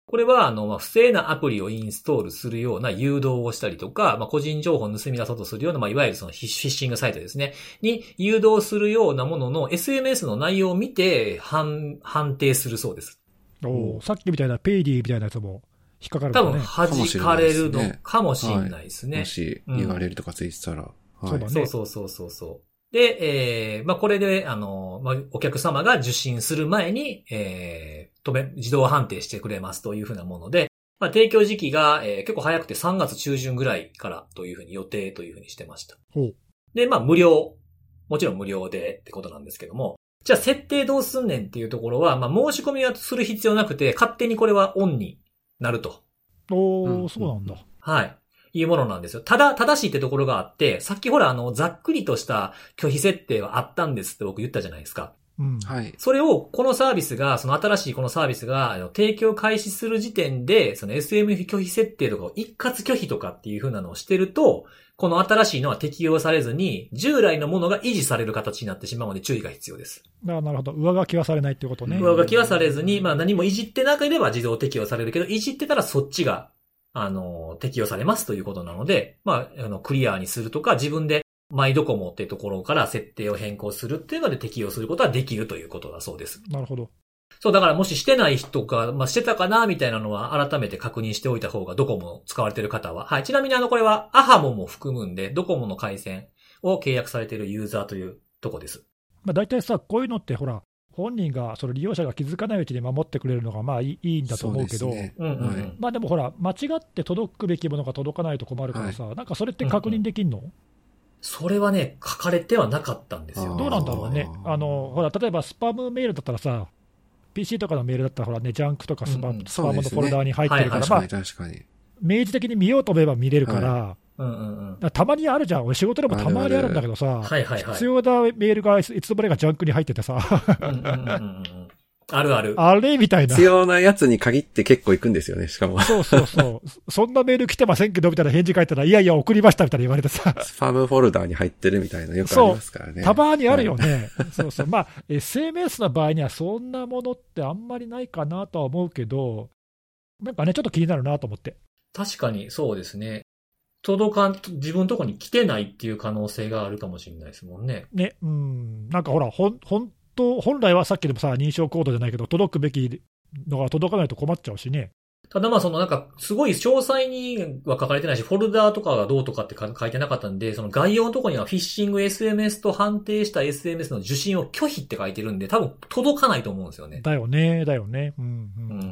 Speaker 1: これは、あの、まあ、不正なアプリをインストールするような誘導をしたりとか、まあ、個人情報を盗み出そうとするような、まあ、いわゆるそのフィッシングサイトですね、に誘導するようなものの SMS の内容を見て判、判定するそうです。
Speaker 2: おーさっきみたいなペイディみたいなやつも引っかかるか
Speaker 1: 多
Speaker 2: ら
Speaker 1: 分、
Speaker 2: ね。
Speaker 1: 弾かれるのかもしれないですね
Speaker 3: も。し、言われるとかついてたら。
Speaker 2: そう
Speaker 3: はい
Speaker 2: だ。ね
Speaker 1: そうそうそうそうそう。で、えー、まあ、これで、あの、まあ、お客様が受信する前に、えー、止め、自動判定してくれますというふうなもので、まあ、提供時期が、えー結構早くて3月中旬ぐらいからというふうに予定というふうにしてました。
Speaker 2: ほう
Speaker 1: で、まあ、無料。もちろん無料でってことなんですけども、じゃあ設定どうすんねんっていうところは、まあ、申し込みはする必要なくて、勝手にこれはオンになると。
Speaker 2: おー
Speaker 3: うん
Speaker 2: そうなんだ。
Speaker 1: はい。いうものなんですよ。ただ、正しいってところがあって、さっきほら、あの、ざっくりとした拒否設定はあったんですって僕言ったじゃないですか。
Speaker 2: うん。
Speaker 3: はい。
Speaker 1: それを、このサービスが、その新しいこのサービスが、あの提供開始する時点で、その SMF 拒否設定とかを一括拒否とかっていう風なのをしてると、この新しいのは適用されずに、従来のものが維持される形になってしまうので注意が必要です。
Speaker 2: あーなるほど。上書きはされないってことね。
Speaker 1: 上書きはされずに、まあ何もいじってなければ自動適用されるけど、いじってたらそっちが、あの、適用されますということなので、まあ、あの、クリアにするとか、自分で、マイドコモってところから設定を変更するっていうので適用することはできるということだそうです。
Speaker 2: なるほど。
Speaker 1: そう、だからもししてない人か、まあ、してたかな、みたいなのは改めて確認しておいた方が、ドコモの使われてる方は。はい。ちなみにあの、これは、アハモも含むんで、ドコモの回線を契約されてるユーザーというとこです。
Speaker 2: まあ、大体さ、こういうのってほら、本人が、その利用者が気づかないうちに守ってくれるのがまあいいいいんだと思うけ
Speaker 3: そ
Speaker 2: ど、
Speaker 3: ですね
Speaker 1: うんうん、うん
Speaker 3: はい
Speaker 2: まあでもほら、間違って届くべきものが届かないと困るからさ、なんかそれって確認できんの、
Speaker 1: それはね、書かれてはなかったんですよ。
Speaker 3: あー
Speaker 2: どうなんだろうね
Speaker 3: あー
Speaker 2: あの、ほら、例えばスパムメールだったらさ、PC とかのメールだったら、ほらね、ジャンクとかスパ,、
Speaker 1: うんうん
Speaker 2: スパムの
Speaker 3: そうです
Speaker 2: フ
Speaker 3: ね
Speaker 2: ォルダーに入ってる
Speaker 1: は
Speaker 2: から、
Speaker 1: い
Speaker 3: 確
Speaker 2: ま
Speaker 3: か
Speaker 2: あ
Speaker 3: に、確かに。
Speaker 2: 明示的に見ようと思えば見れるから、
Speaker 1: うんうんうん。
Speaker 2: だからたまにあるじゃん、俺、仕事でもたまにあるんだけどさ、
Speaker 1: はいはいはい。
Speaker 2: 必要なメールがいついつの間にかジャンクに入っててさ、
Speaker 1: うんうんうんうんうんあるある。
Speaker 2: あれみたいな
Speaker 3: 必。要なやつに限って結構行くんですよね、しか も。
Speaker 2: そうそうそう。そんなメール来てませんけど、みたいな返事書いたら、いやいや、送りました、みたいな言われてさ、
Speaker 3: スパムフォルダーに入ってるみたいなのよくありますからね。
Speaker 2: たまにあるよね。そうそう。まあ、SMS の場合には、そんなものってあんまりないかなとは思うけど、なんかね、ちょっと気になるなと思って。
Speaker 1: 確かにそうですね。届かん、自分のとこに来てないっていう可能性があるかもしれないですもんね。
Speaker 2: ね、うん、なんかほら、ほん、本当、本来はさっきでもさ、認証コードじゃないけど、届くべきだから届かないと困っちゃうしね。
Speaker 1: ただまあそのなんか、すごい詳細には書かれてないし、フォルダーとかがどうとかってか書いてなかったんで、その概要のところにはフィッシング SMS と判定した SMS の受信を拒否って書いてるんで、多分届かないと思うんですよね。
Speaker 2: だよね、だよね。うんう。
Speaker 1: うんんうん。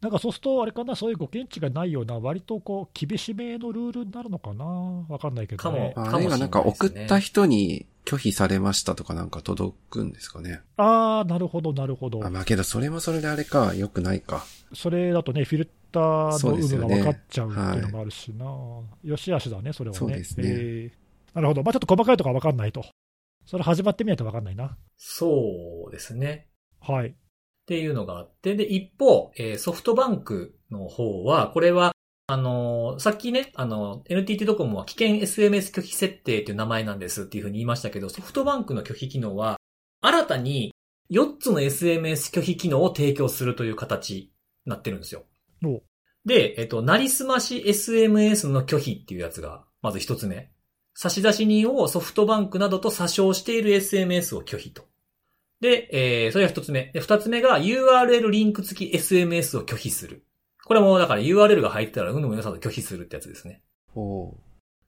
Speaker 2: なんかそうすると、あれかな、そういうご見地がないような、割とこう、厳しめのルールになるのかな。わかんないけどね。
Speaker 1: かも
Speaker 3: あるいはなんか
Speaker 1: かもし
Speaker 3: 送
Speaker 1: れないですね
Speaker 3: った人に拒否されましたとかなんか届くんですかね。
Speaker 2: ああ、なるほど、なるほど。
Speaker 3: あ、まあけどそれもそれであれか、良くないか。
Speaker 2: それだとね、フィルター
Speaker 3: そう
Speaker 2: の
Speaker 3: で
Speaker 2: 有
Speaker 3: す
Speaker 2: 無
Speaker 3: よ
Speaker 2: が
Speaker 3: ね
Speaker 2: 分かっちゃうっていうのもあるしな、よしあしだね、それはね。
Speaker 3: そうですね
Speaker 2: えーなるほど、まあ、ちょっと細かいとこは分かんないと、それ始まってみないと分かんないな。
Speaker 1: そうですね。
Speaker 2: はい、
Speaker 1: っていうのがあって、で、一方、えーソフトバンクの方は、これは、あのーさっきね、あの、NTT ドコモは危険 SMS 拒否設定っていう名前なんですっていうふうに言いましたけど、ソフトバンクの拒否機能は、新たに4つの SMS 拒否機能を提供するという形になってるんですよ。
Speaker 2: お
Speaker 1: で、えっと、なりすまし SMS の拒否っていうやつが、まず一つ目。差出人をソフトバンクなどと詐称している SMS を拒否と。で、えー、それが一つ目。で、二つ目が URL リンク付き SMS を拒否する。これも、だから URL が入ってたら、うんの良さと拒否するってやつですね。
Speaker 3: お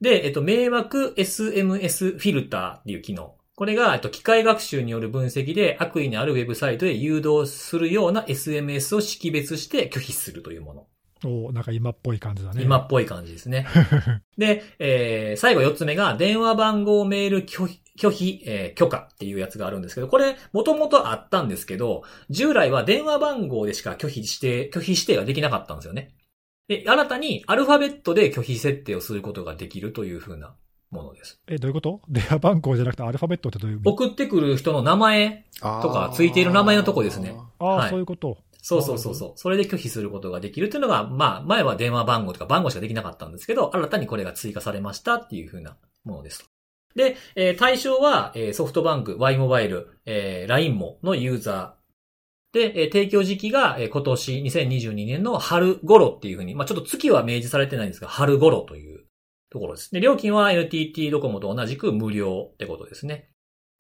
Speaker 1: で、えっと、迷惑 SMS フィルターっていう機能。これが、えっと、機械学習による分析で悪意のあるウェブサイトへ誘導するような SMS を識別して拒否するというもの。
Speaker 2: おなんか今っぽい感じだね。
Speaker 1: 今っぽい感じです ね。で、えー最後4つ目が、電話番号メール拒否、拒否、えー許可っていうやつがあるんですけど、これ、もともとあったんですけど、従来は電話番号でしか拒否して、拒否指定ができなかったんですよね。で、新たにアルファベットで拒否設定をすることができるというふうなものです。
Speaker 2: えどういうこと電話番号じゃなくて、アルファベットってどういう意味
Speaker 1: 送ってくる人の名前、
Speaker 3: と
Speaker 1: とかついている名前のとこですね
Speaker 2: ああ、
Speaker 1: はい
Speaker 2: そういうこと。
Speaker 1: そうそうそうそう。それで拒否することができるというのが、まあ、前は電話番号とか番号しかできなかったんですけど、新たにこれが追加されましたっていうふうなものです。で、えー対象は、えーソフトバンク、Y モバイル、えー LINE ものユーザー。で、えー提供時期が、えー今年2022年の春頃っていうふうに、まあちょっと月は明示されてないんですが、春頃というところです。で、料金は NTT ドコモと同じく無料ってことですね。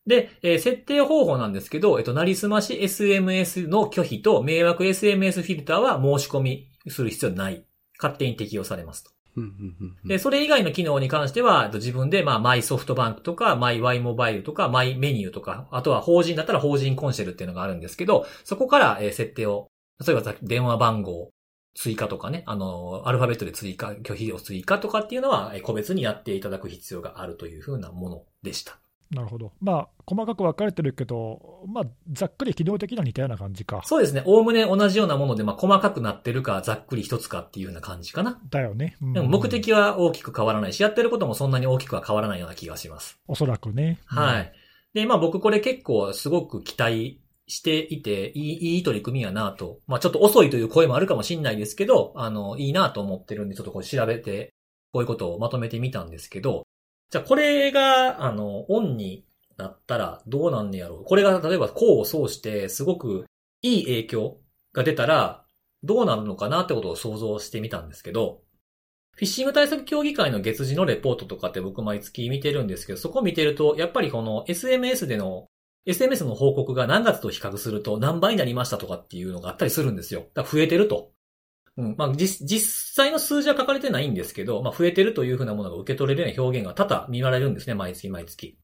Speaker 1: で、えー設定方法なんですけど、えっと、なりすまし SMS の拒否と迷惑 SMS フィルターは申し込みする必要ない。勝手に適用されますと。
Speaker 3: うんうんうんうん
Speaker 1: で、それ以外の機能に関しては、えっと自分で、まあ、マイソフトバンクとか、マイワイモバイルとか、マイメニューとか、あとは法人だったら法人コンシェルっていうのがあるんですけど、そこから、えー設定を、例えばさっき電話番号追加とかね、あのー、アルファベットで追加、拒否を追加とかっていうのは、えー個別にやっていただく必要があるというふうなものでした。
Speaker 2: なるほど。まあ、細かく分かれてるけど、まあ、ざっくり機能的な似たような感じか。
Speaker 1: そうですね。おおむね同じようなもので、まあ、細かくなってるか、ざっくり一つかっていうような感じかな。
Speaker 2: だよね。うん
Speaker 1: でも目的は大きく変わらないし、やってることもそんなに大きくは変わらないような気がします。
Speaker 2: おそらくね。
Speaker 1: は
Speaker 2: うん
Speaker 1: い。で、まあ僕これ結構すごく期待していて、いい、いい取り組みやなと。まあちょっと遅いという声もあるかもしれないですけど、あの、いいなと思ってるんで、ちょっとこう調べて、こういうことをまとめてみたんですけど、じゃあこれが、あの、オンになったらどうなんねやろう。これが例えば功を奏して、すごくいい影響が出たら、どうなるのかなってことを想像してみたんですけど、フィッシング対策協議会の月次のレポートとかって僕毎月見てるんですけど、そこ見てると、やっぱりこの SMS での、SMS の報告が何月と比較すると何倍になりましたとかっていうのがあったりするんですよ。だから増えてると。うん。まあ、実、実際の数字は書かれてないんですけど、まあ、増えてるというふうなものが受け取れるような表現が多々見られるんですね、毎月毎月。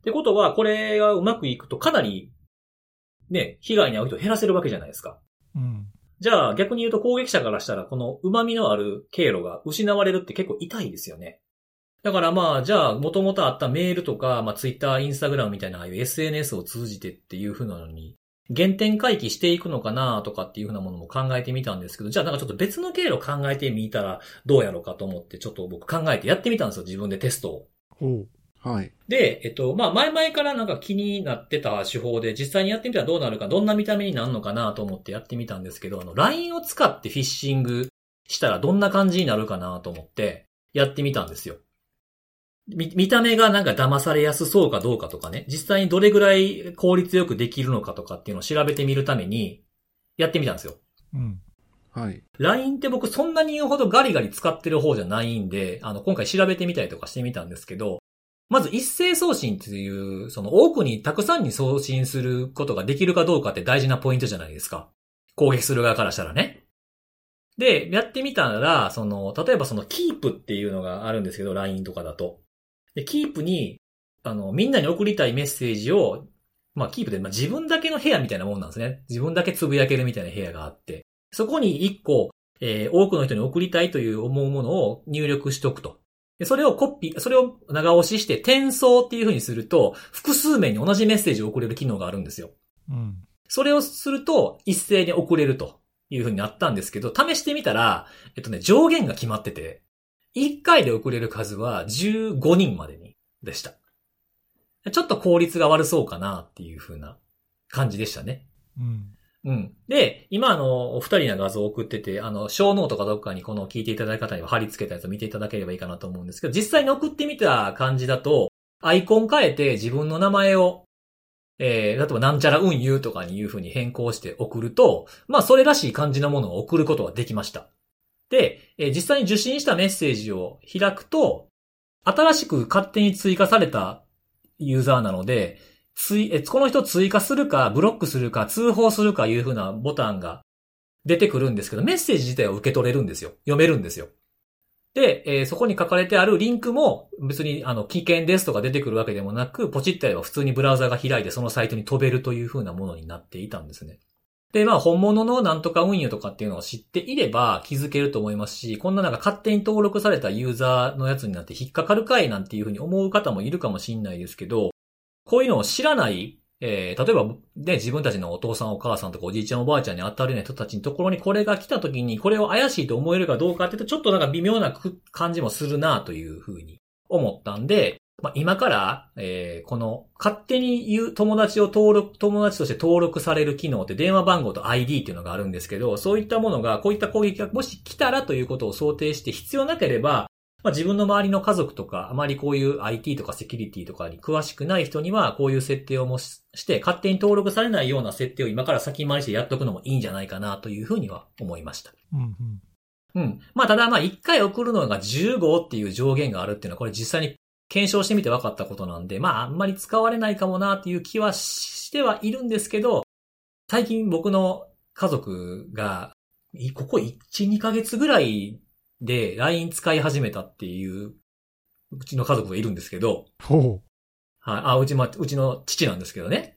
Speaker 1: ってことは、これがうまくいくとかなり、ね、被害に遭う人を減らせるわけじゃないですか。
Speaker 2: うん
Speaker 1: じゃあ逆に言うと攻撃者からしたらこの旨味のある経路が失われるって結構痛いですよね。だからまあ、じゃあ、元々あったメールとか、まあ、ツイッター、インスタグラムみたいな、ああいう SNS を通じてっていう風なのに、原点回帰していくのかなとかっていう風なものも考えてみたんですけど、じゃあなんかちょっと別の経路考えてみたらどうやろうかと思って、ちょっと僕考えてやってみたんですよ、自分でテストを。
Speaker 2: おう
Speaker 3: はい。
Speaker 1: で、えっと、まあ、前々からなんか気になってた手法で、実際にやってみたらどうなるか、どんな見た目になるのかなと思ってやってみたんですけど、あの、LINE を使ってフィッシングしたらどんな感じになるかなと思って、やってみたんですよ。み、見た目がなんか騙されやすそうかどうかとかね、実際にどれぐらい効率よくできるのかとかっていうのを調べてみるために、やってみたんですよ。
Speaker 2: うん、
Speaker 3: はい。
Speaker 1: LINE って僕そんなに言うほどガリガリ使ってる方じゃないんで、あの、今回調べてみたりとかしてみたんですけど、まず一斉送信っていう、その多くにたくさんに送信することができるかどうかって大事なポイントじゃないですか。攻撃する側からしたらね。で、やってみたら、その、例えばその、キープっていうのがあるんですけど、LINE とかだと。で、キープに、あの、みんなに送りたいメッセージを、まあ、キープで、まあ、自分だけの部屋みたいなもんなんですね。自分だけつぶやけるみたいな部屋があって。そこに一個、えー多くの人に送りたいという思うものを入力しとくと。でそれをコピー、それを長押しして転送っていう風にすると、複数名に同じメッセージを送れる機能があるんですよ。
Speaker 2: うん。
Speaker 1: それをすると、一斉に送れるという風になったんですけど、試してみたら、えっとね、上限が決まってて、1回で送れる数は15人までに、でした。ちょっと効率が悪そうかなっていう風な感じでしたね。
Speaker 2: うん。
Speaker 1: うん。で、今あの、お二人の画像を送ってて、あの、小脳とかどっかにこの聞いていただいた方には貼り付けたやつを見ていただければいいかなと思うんですけど、実際に送ってみた感じだと、アイコン変えて自分の名前を、えー、例えばなんちゃら運輸とかにいう風に変更して送ると、まあそれらしい感じのものを送ることができました。で、えー実際に受信したメッセージを開くと、新しく勝手に追加されたユーザーなので、つい、え、この人追加するか、ブロックするか、通報するかいう風なボタンが出てくるんですけど、メッセージ自体を受け取れるんですよ。読めるんですよ。で、えーそこに書かれてあるリンクも別にあの危険ですとか出てくるわけでもなく、ポチってやれば普通にブラウザが開いてそのサイトに飛べるという風なものになっていたんですね。で、まあ本物のなんとか運輸とかっていうのを知っていれば気づけると思いますし、こんななんか勝手に登録されたユーザーのやつになって引っかかるかいなんていう風に思う方もいるかもしれないですけど、こういうのを知らない、えー例えば、ね、自分たちのお父さんお母さんとかおじいちゃんおばあちゃんに当たるような人たちのところにこれが来た時にこれを怪しいと思えるかどうかっていうと、ちょっとなんか微妙なく感じもするなというふうに思ったんで、まあ、今から、えーこの勝手に言う友達を登録、友達として登録される機能って電話番号と ID っていうのがあるんですけど、そういったものが、こういった攻撃がもし来たらということを想定して必要なければ、まあ、自分の周りの家族とか、あまりこういう IT とかセキュリティとかに詳しくない人には、こういう設定をもしして、勝手に登録されないような設定を今から先回りしてやっとくのもいいんじゃないかなというふうには思いました。
Speaker 2: うん。うん。
Speaker 1: うん。まあ、ただまあ、1回送るのが15っていう上限があるっていうのは、これ実際に検証してみて分かったことなんで、まあ、あんまり使われないかもなっていう気はしてはいるんですけど、最近僕の家族が、いここ1、2ヶ月ぐらいで LINE 使い始めたっていう、うちの家族がいるんですけど、
Speaker 2: ほ
Speaker 1: はい。あ、うち、ま、うちの父なんですけどね。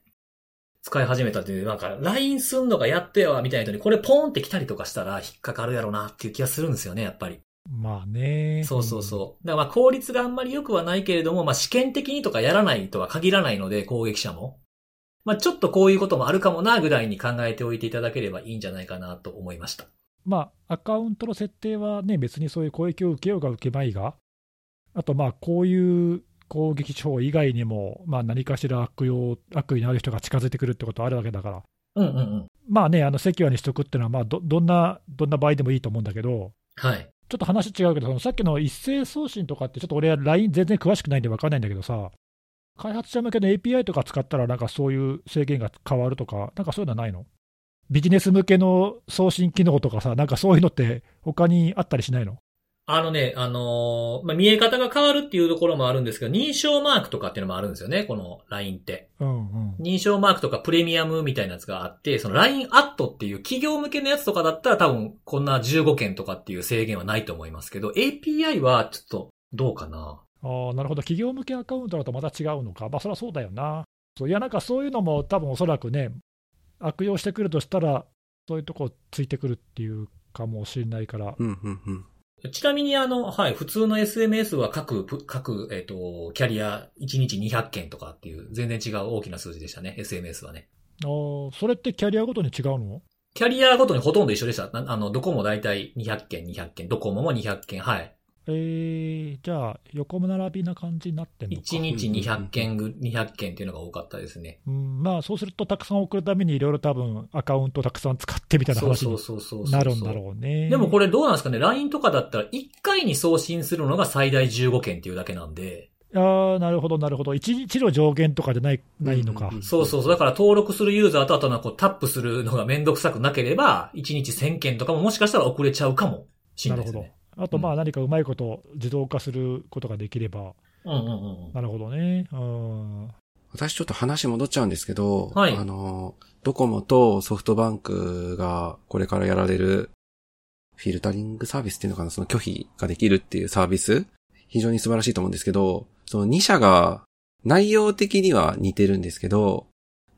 Speaker 1: 使い始めたっていう、なんか、LINE すんのがやってよ、みたいな人に、これポーンって来たりとかしたら、引っかかるやろな、っていう気がするんですよね、やっぱり。
Speaker 2: う。まあね。
Speaker 1: そうそうそう。だからまあ効率があんまり良くはないけれども、まあ試験的にとかやらないとは限らないので、攻撃者も。まあちょっとこういうこともあるかもな、ぐらいに考えておいていただければいいんじゃないかなと思いました。
Speaker 2: まあ、アカウントの設定はね、別にそういう攻撃を受けようが受けまいが、あとまあ、こういう攻撃手法以外にも、まあ、何かしら悪用、悪意のある人が近づいてくるってことはあるわけだから、
Speaker 1: うんうんうん。
Speaker 2: まあね、あのセキュアにしとくっていうのは、まあど、どんな、どんな場合でもいいと思うんだけど、
Speaker 1: はい。
Speaker 2: ちょっと話違うけど、そのさっきの一斉送信とかって、ちょっと俺、LINE 全然詳しくないんで分かんないんだけどさ、開発者向けの API とか使ったら、なんかそういう制限が変わるとか、なんかそういうのはないのビジネス向けの送信機能とかさ、なんかそういうのって、他にあったりしないの
Speaker 1: あのね、あのーまあ見え方が変わるっていうところもあるんですけど、認証マークとかっていうのもあるんですよね、この LINE って。
Speaker 2: うんうん。
Speaker 1: 認証マークとかプレミアムみたいなやつがあって、その LINE アットっていう企業向けのやつとかだったら多分こんな15件とかっていう制限はないと思いますけど、API はちょっとどうかな。
Speaker 2: ああ、なるほど、企業向けアカウントだとまた違うのか、まあ、そりゃそうだよな。そういや、なんかそういうのも、多分おそらくね、悪用してくるとしたら、そういうとこついてくるっていうかもしれないから、
Speaker 3: うん、うん、うん。
Speaker 1: ちなみにあの、はい、普通の SMS は各プ、各、えっ、と、キャリア1日200件とかっていう全然違う大きな数字でしたね、SMS はね。
Speaker 2: あーそれってキャリアごとに違うの
Speaker 1: キャリアごとにほとんど一緒でした。なあの、ドコモ大体200件、200件、ドコモも200件、はい。
Speaker 2: えー、じゃあ、横並びな感じになってんのか。
Speaker 1: 1日200件ぐ、200件っていうのが多かったですね。
Speaker 2: うん、まあ、そうすると、たくさん送るために、いろいろ多分アカウントたくさん使ってみたいな
Speaker 1: そう
Speaker 2: 話
Speaker 1: そう
Speaker 2: に
Speaker 1: そうそうそう。
Speaker 2: なるんだろうね。
Speaker 1: でもこれどうなんですかね ?LINE とかだったら1回に送信するのが最大15件っていうだけなんで。
Speaker 2: ああ、なるほど、なるほど。1日の上限とかじゃないないのか。
Speaker 3: うんうんうん
Speaker 1: そうそうそう。だから登録するユーザーとあとなんかこうタップするのがめんどくさくなければ、1日1000件とかももしかしたら遅れちゃうかもしれ
Speaker 2: な
Speaker 1: な
Speaker 2: る
Speaker 1: いで
Speaker 2: ほ
Speaker 1: す
Speaker 2: ど
Speaker 1: ね。。
Speaker 2: あと、まあ、何かうまいこと、自動化することができれば、
Speaker 1: うんうんうんうん。
Speaker 2: なるほどね。うん。
Speaker 3: 私ちょっと話戻っちゃうんですけど、
Speaker 1: はい
Speaker 3: あの、ドコモとソフトバンクがこれからやられるフィルタリングサービスっていうのかな、その拒否ができるっていうサービス、非常に素晴らしいと思うんですけど、その2社が内容的には似てるんですけど、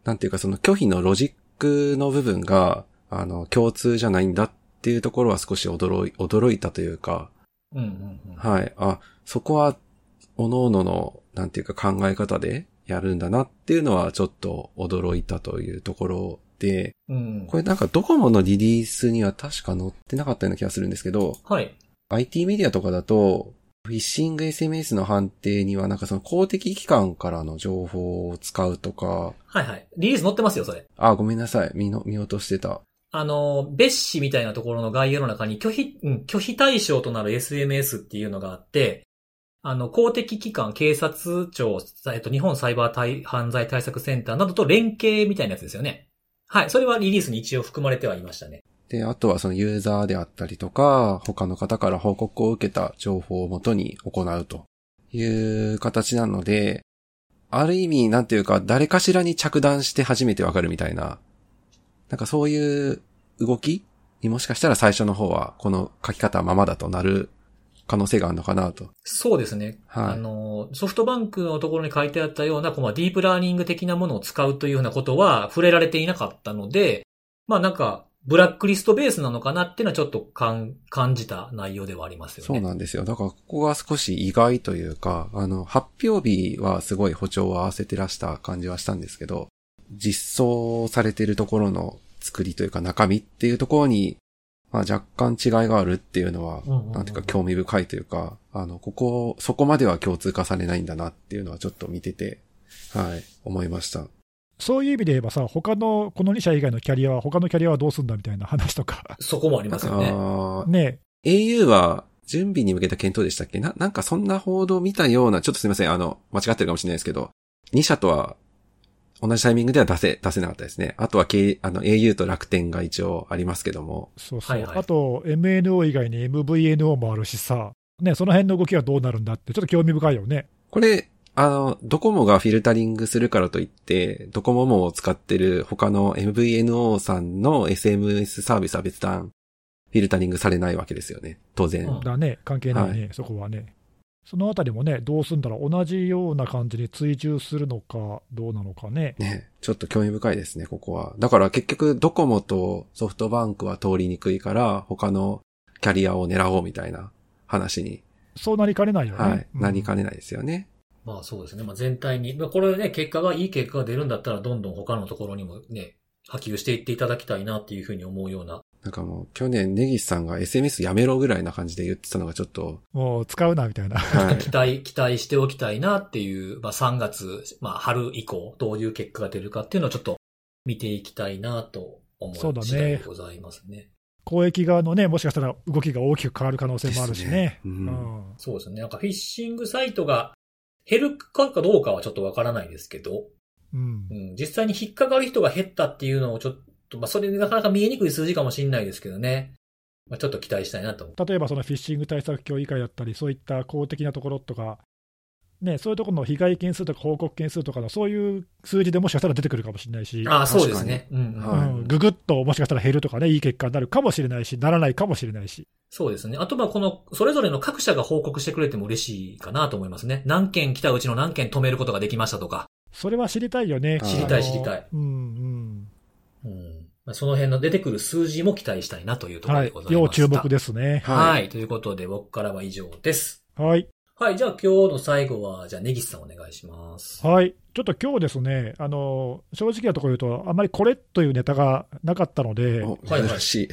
Speaker 3: なんていうかその拒否のロジックの部分が、あの、共通じゃないんだっていうところは少し驚い、驚いたというか、
Speaker 1: うんうんうん。
Speaker 3: はい。あ、そこは、各々の、なんていうか考え方でやるんだなっていうのはちょっと驚いたというところで、
Speaker 1: うんうん
Speaker 3: これなんかドコモのリリースには確か載ってなかったような気がするんですけど、
Speaker 1: はい。
Speaker 3: IT メディアとかだと、フィッシング SMS の判定にはなんかその公的機関からの情報を使うとか、
Speaker 1: はいはい。リリース載ってますよ、それ。
Speaker 3: あ、ごめんなさい。見の見落としてた。
Speaker 1: あの、別紙みたいなところの概要の中に拒否、うん拒否対象となる SMS っていうのがあって、あの、公的機関、警察庁、えっと、日本サイバー対犯罪対策センターなどと連携みたいなやつですよね。はい。それはリリースに一応含まれてはいましたね。
Speaker 3: で、あとはそのユーザーであったりとか、他の方から報告を受けた情報をもとに行うという形なので、ある意味、なんていうか、誰かしらに着弾して初めてわかるみたいな、なんかそういう動きにもしかしたら最初の方は、この書き方ままだとなる可能性があるのかなと。
Speaker 1: そうですね。
Speaker 3: はい
Speaker 1: あの、ソフトバンクのところに書いてあったような、こうまあディープラーニング的なものを使うというようなことは触れられていなかったので、まあなんか、ブラックリストベースなのかなっていうのはちょっと感感じた内容ではありますよね。
Speaker 3: そうなんですよ。だからここが少し意外というか、あの、発表日はすごい歩調を合わせてらした感じはしたんですけど、実装されてるところの作りというか中身っていうところに、まあ若干違いがあるっていうのは、
Speaker 1: うんうんうん
Speaker 3: なんていうか興味深いというか、あの、ここ、そこまでは共通化されないんだなっていうのはちょっと見てて、はい、思いました。
Speaker 2: そういう意味で言えばさ、他のこの2社以外のキャリアは、他のキャリアはどうすんだみたいな話とか、
Speaker 1: そこもありますよね。
Speaker 3: あー
Speaker 2: ねえ、
Speaker 3: au は準備に向けた検討でしたっけな、なんかそんな報道を見たような、ちょっとすみません、あの、間違ってるかもしれないですけど、2社とは同じタイミングでは出せ、出せなかったですね。あとは、K、あの、au と楽天が一応ありますけども。
Speaker 2: そうそ
Speaker 1: は
Speaker 2: う、
Speaker 1: いはい
Speaker 2: あと MNO 以外に MVNO もあるしさ、ね、その辺の動きはどうなるんだって、ちょっと興味深いよね。
Speaker 3: これ、あの、ドコモがフィルタリングするからといって、ドコモも使ってる他の MVNO さんの SMS サービスは別段、フィルタリングされないわけですよね。当然。
Speaker 1: うん
Speaker 2: だね、関係ないね、そこはね。そのあたりもね、どうすんだろう、同じような感じに追従するのか、どうなのかね。
Speaker 3: ね、ちょっと興味深いですね、ここは。だから結局、ドコモとソフトバンクは通りにくいから、他のキャリアを狙おうみたいな話に、
Speaker 2: そうなりかねないよね。
Speaker 3: はい、
Speaker 2: うん
Speaker 3: なりかねないですよね。
Speaker 1: まあそうですね。まあ全体に。まあこれね、結果が、いい結果が出るんだったら、どんどん他のところにもね、波及していっていただきたいなっていうふうに思うような。
Speaker 3: なんかもう、去年、ネギスさんが SMS やめろぐらいな感じで言ってたのがちょっと、
Speaker 2: もう使うな、みたいな。
Speaker 3: はい
Speaker 1: 期。待、期待しておきたいなっていう、まあ3月、まあ春以降、どういう結果が出るかっていうのをちょっと見ていきたいなと思
Speaker 2: そうだ
Speaker 1: う
Speaker 2: ね
Speaker 1: 次第でございますね。
Speaker 2: 公益側のね、もしかしたら動きが大きく変わる可能性もあるし
Speaker 3: です
Speaker 2: ね
Speaker 3: ね。うん
Speaker 2: うん
Speaker 1: そうですね。なんかフィッシングサイトが減るかどうかはちょっとわからないですけど、
Speaker 2: うん
Speaker 1: うん、実際に引っかかる人が減ったっていうのをちょっと、まあ、それなかなか見えにくい数字かもしれないですけどね。まあ、ちょっと期待したいなと思う。
Speaker 2: 例えばそのフィッシング対策協議会だったり、そういった公的なところとか、ね、そういうところの被害件数とか報告件数とかの、そういう数字でもしかしたら出てくるかもしれないし、
Speaker 1: ああ、
Speaker 3: 確
Speaker 1: そ
Speaker 3: か
Speaker 1: う
Speaker 3: に
Speaker 1: ですね。うんうん、
Speaker 2: う
Speaker 3: はい
Speaker 2: ん、ぐぐっともしかしたら減るとかね、いい結果になるかもしれないし、ならないかもしれないし、
Speaker 1: そうですね。あとはこの、それぞれの各社が報告してくれても嬉しいかなと思いますね。何件来たうちの何件止めることができましたとか。
Speaker 2: それは知りたいよね、
Speaker 3: 知り
Speaker 1: い
Speaker 3: た
Speaker 2: あの
Speaker 1: 知りたい
Speaker 2: うんうん
Speaker 1: うんまあ、その辺の出てくる数字も期待したいなというところ
Speaker 2: は
Speaker 1: で
Speaker 2: い
Speaker 1: ござ、い
Speaker 2: 要
Speaker 1: ました。
Speaker 2: 注目ですね。
Speaker 1: はい。
Speaker 3: い。
Speaker 1: ということで僕からは以上です。
Speaker 2: はい、
Speaker 1: はい。じゃあ今日の最後は、じゃあネギスさんお願いします。
Speaker 2: はい、ちょっと今日ですね、あの正直なところ言うと、あんまりこれというネタがなかったので、
Speaker 3: お
Speaker 1: はいはい
Speaker 3: 珍し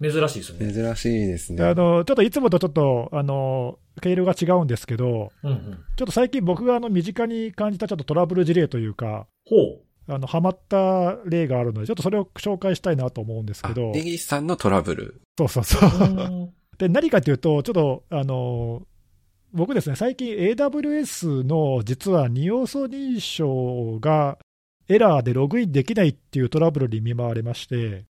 Speaker 3: い。
Speaker 1: 珍しいですね。
Speaker 3: 珍しいですね。
Speaker 2: あのちょっといつもとちょっとあの経路が違うんですけど、
Speaker 1: うんうん。
Speaker 2: ちょっと最近、僕があの身近に感じたちょっとトラブル事例というか、
Speaker 1: ほう。
Speaker 2: あのハマった例があるので、ちょっとそれを紹介したいなと思うんですけ
Speaker 3: あ
Speaker 2: ど、
Speaker 3: ネギスさんのトラブル。
Speaker 2: そうそうそう
Speaker 1: う。ん
Speaker 2: で何かというと、ちょっとあの僕ですね、最近、AWS の実は二要素認証がエラーでログインできないっていうトラブルに見舞われまして、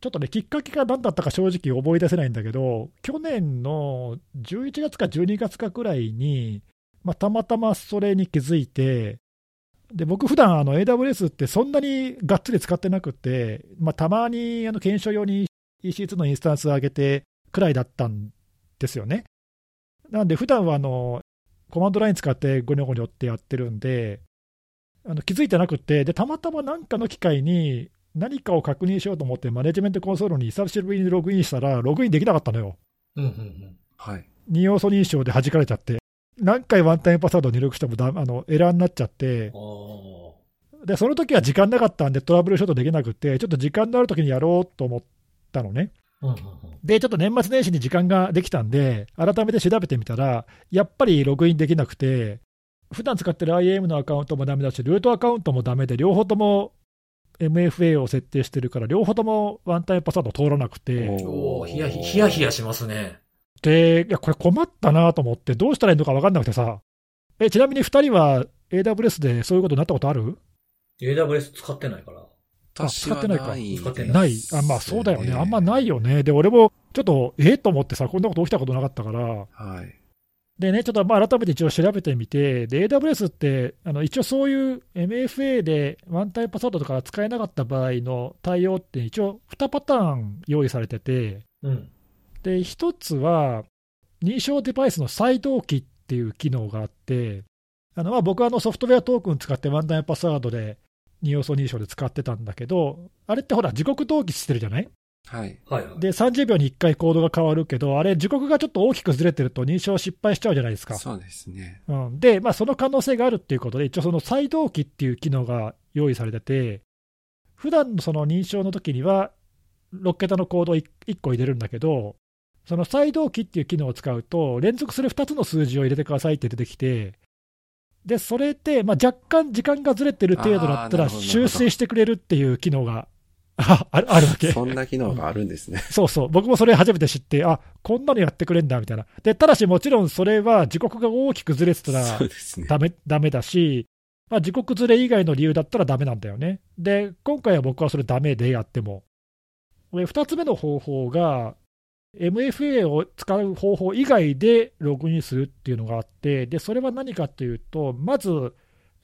Speaker 2: ちょっとね、きっかけが何だったか正直思い出せないんだけど、去年の11月か12月かくらいに、まあ、たまたまそれに気づいて、で僕、普段あの AWS ってそんなにがっつり使ってなくて、まあ、たまにあの検証用に EC2 のインスタンス上げてくらいだったんですよね。なんで、普段はあのコマンドライン使ってゴニョゴニョってやってるんで、あの気づいてなくてで、たまたまなんかの機会に何かを確認しようと思って、マネジメントコンソールに久しぶりにログインしたら、ログインできなかったのよ。
Speaker 1: うんうんうん。
Speaker 3: はい。
Speaker 2: 二要素認証で弾かれちゃって、何回ワンタイムパスワード入力してもだあのエラーになっちゃって
Speaker 1: あ、あ
Speaker 2: で、その時は時間なかったんで、トラブルショットできなくて、ちょっと時間のある時にやろうと思ったのね。。
Speaker 1: うんうんうん。
Speaker 2: で、ちょっと年末年始に時間ができたんで、改めて調べてみたら、やっぱりログインできなくて、普段使ってる IAM のアカウントもダメだし、ルートアカウントもダメで、両方とも MFA を設定してるから、両方ともワンタイムパスワード通らなくて、
Speaker 1: おおヒヤヒヒヤヒヤしますね。
Speaker 2: で、いや、これ困ったなと思って、どうしたらいいのか分かんなくてさ、え、ちなみに2人は AWS でそういうことになったことある
Speaker 1: AWS 使ってないから。
Speaker 3: 私
Speaker 2: あ使っ
Speaker 3: は
Speaker 2: てないか
Speaker 3: ないですね。
Speaker 1: 使って
Speaker 2: ない、あまあそうだよね、あんまないよね、で、俺もちょっと、えっと思ってさ、こんなこと起きたことなかったから、
Speaker 3: はい。
Speaker 2: でね、ちょっとまあ改めて一応調べてみて、で AWS って、あの一応そういう MFA でワンタイムパスワードとか使えなかった場合の対応って、一応2パターン用意されてて、
Speaker 1: うん。
Speaker 2: で1つは、認証デバイスの再同期っていう機能があって、あのまあ僕はあのソフトウェアトークン使ってワンタイムパスワードで、二要素認証で使ってたんだけど、あれってほら、時刻同期してるじゃない
Speaker 3: はい。
Speaker 1: はいはい。
Speaker 2: で、30秒に1回コードが変わるけど、あれ、時刻がちょっと大きくずれてると認証失敗しちゃうじゃないですか。
Speaker 3: そうですね。
Speaker 2: うん、で、まあ、その可能性があるっていうことで、一応、その再同期っていう機能が用意されてて、普段のその認証の時には、6桁のコードを 1, 個入れるんだけど、その再同期っていう機能を使うと、連続する2つの数字を入れてくださいって出てきて、で、それで、まあ、若干時間がずれてる程度だった
Speaker 3: あー
Speaker 2: ら、
Speaker 3: なるほどなるほど
Speaker 2: 修正してくれるっていう機能がああるあるわけ。
Speaker 3: そんな機能があるんですね。
Speaker 2: そうそう、僕もそれ初めて知って、あこんなのやってくれんだみたいな。で、ただし、もちろんそれは時刻が大きくずれてたら
Speaker 3: そうですね。
Speaker 2: ダメダメだし、まあ、時刻ずれ以外の理由だったらダメなんだよね。で、今回は僕はそれダメでやっても。で2つ目の方法が、MFA を使う方法以外でログインするっていうのがあって、でそれは何かというと、まず、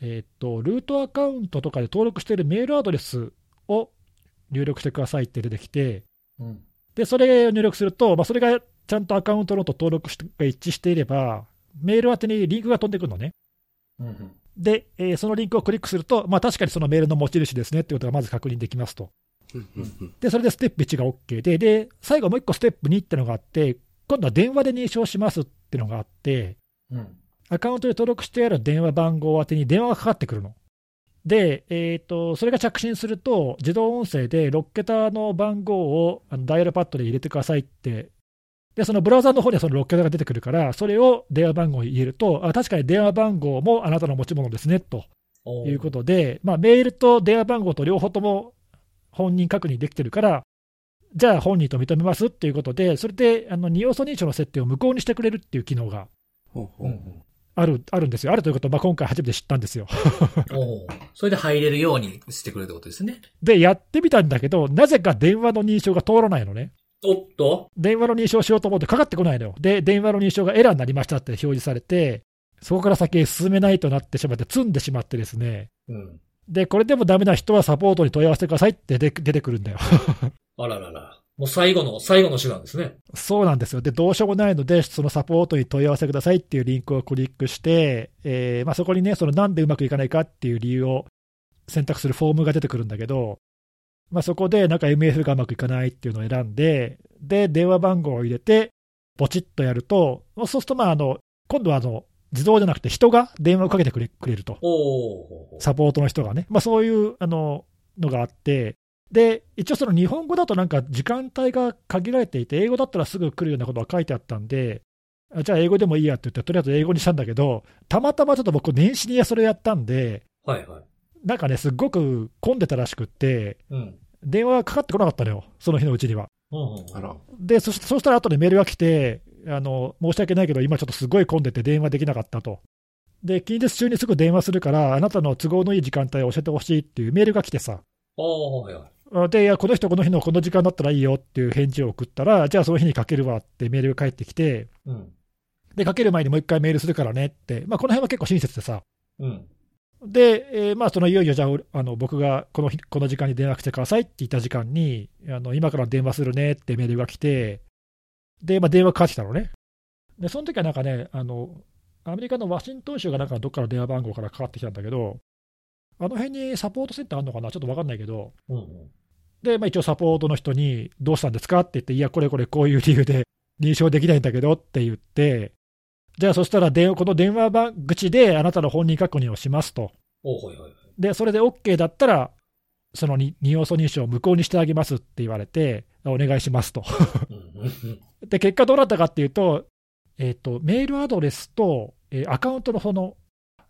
Speaker 2: えーっと、ルートアカウントとかで登録しているメールアドレスを入力してくださいって出てきて、
Speaker 1: うん。
Speaker 2: で、それを入力すると、まあ、それがちゃんとアカウントのと登録しが一致していれば、メール宛てにリンクが飛んでくるのね。
Speaker 1: うんうん。
Speaker 2: で、えーそのリンクをクリックすると、まあ、確かにそのメールの持ち主ですねってことがまず確認できますと。
Speaker 3: うんうんうん
Speaker 2: で、それでステップ1が OK で、で、最後もう一個ステップ2ってのがあって、今度は電話で認証しますってのがあって、
Speaker 1: うん。
Speaker 2: アカウントに登録してある電話番号宛てに電話がかかってくるの。で、えー、とそれが着信すると、自動音声で6桁の番号をあのダイヤルパッドで入れてくださいって、でそのブラウザの方にはその6桁が出てくるから、それを電話番号に入れると、あ確かに電話番号もあなたの持ち物ですねと
Speaker 1: おー
Speaker 2: いうことで、まあ、メールと電話番号と両方とも本人確認できてるから、じゃあ本人と認めますっていうことで、それであの二要素認証の設定を無効にしてくれるっていう機能が
Speaker 3: ほう
Speaker 1: う
Speaker 3: ほ
Speaker 1: んう。
Speaker 3: うん
Speaker 2: ある、あるんですよ。あるということを、まあ、今回初めて知ったんですよ。
Speaker 1: おお。それで入れるようにしてくれるってことですね。
Speaker 2: で、やってみたんだけど、なぜか電話の認証が通らないのね。
Speaker 1: おっと
Speaker 2: 電話の認証しようと思ってかかってこないのよ。で、電話の認証がエラーになりましたって表示されて、そこから先へ進めないとなってしまって、積んでしまってですね。
Speaker 1: うん。
Speaker 2: で、これでもダメな人はサポートに問い合わせてくださいって出て出てくるんだよ。
Speaker 1: あららら。もう最後の、最後の手段ですね。
Speaker 2: そうなんですよ。で、どうしようもないので、そのサポートに問い合わせくださいっていうリンクをクリックして、えーまあ、そこにね、そのなんでうまくいかないかっていう理由を選択するフォームが出てくるんだけど、まあ、そこでなんか MF がうまくいかないっていうのを選んで、で、電話番号を入れて、ポチッとやると、そうすると、まあ、あの、今度はあの、自動じゃなくて人が電話をかけてくれくれると。
Speaker 1: おお。
Speaker 2: サポートの人がね、まあ、そういうあののがあって、で一応、その日本語だとなんか時間帯が限られていて、英語だったらすぐ来るようなことが書いてあったんで、あじゃあ英語でもいいやって言って、とりあえず英語にしたんだけど、たまたまちょっと僕、年始にそれやったんで、
Speaker 1: はいはい。
Speaker 2: なんかね、すっごく混んでたらしくって、
Speaker 1: うん。
Speaker 2: 電話がかかってこなかったのよ、その日のうちには。
Speaker 1: うんうん。
Speaker 3: あら。
Speaker 2: で、そしそうしたら後でメールが来て、あの申し訳ないけど、今ちょっとすごい混んでて電話できなかったと。で、近日中にすぐ電話するから、あなたの都合のいい時間帯を教えてほしいっていうメールが来てさ、
Speaker 1: ああ、はいはい。
Speaker 2: あで、いや、この人、この日のこの時間だったらいいよっていう返事を送ったら、じゃあその日にかけるわってメールが返ってきて、
Speaker 1: うん。
Speaker 2: で、かける前にもう一回メールするからねって、まあ、この辺は結構親切でさ、
Speaker 1: うん。
Speaker 2: で、えーまあ、そのいよいよじゃあおあの僕がこの日この時間に電話してくださいって言った時間に、あの今から電話するねってメールが来て、で、まあ、電話かかってきたのね。で、その時はなんかね、あのアメリカのワシントン州がなんかどっかの電話番号からかかってきたんだけど、あの辺にサポートセンターあるのかな、ちょっと分かんないけど、
Speaker 1: うんうん。
Speaker 2: で、まあ、一応サポートの人に、どうしたんですかって言って、いや、これこれこういう理由で 認証できないんだけどって言って、じゃあそしたら電話、この電話番口であなたの本人確認をしますと。
Speaker 1: おうはいはいはい。
Speaker 2: で、それで OK だったら、そのに二要素認証を無効にしてあげますって言われて、お願いしますと。
Speaker 1: うんうんうん。
Speaker 2: で、結果どうなったかっていうと、えっ、と、メールアドレスと、えーアカウントの方の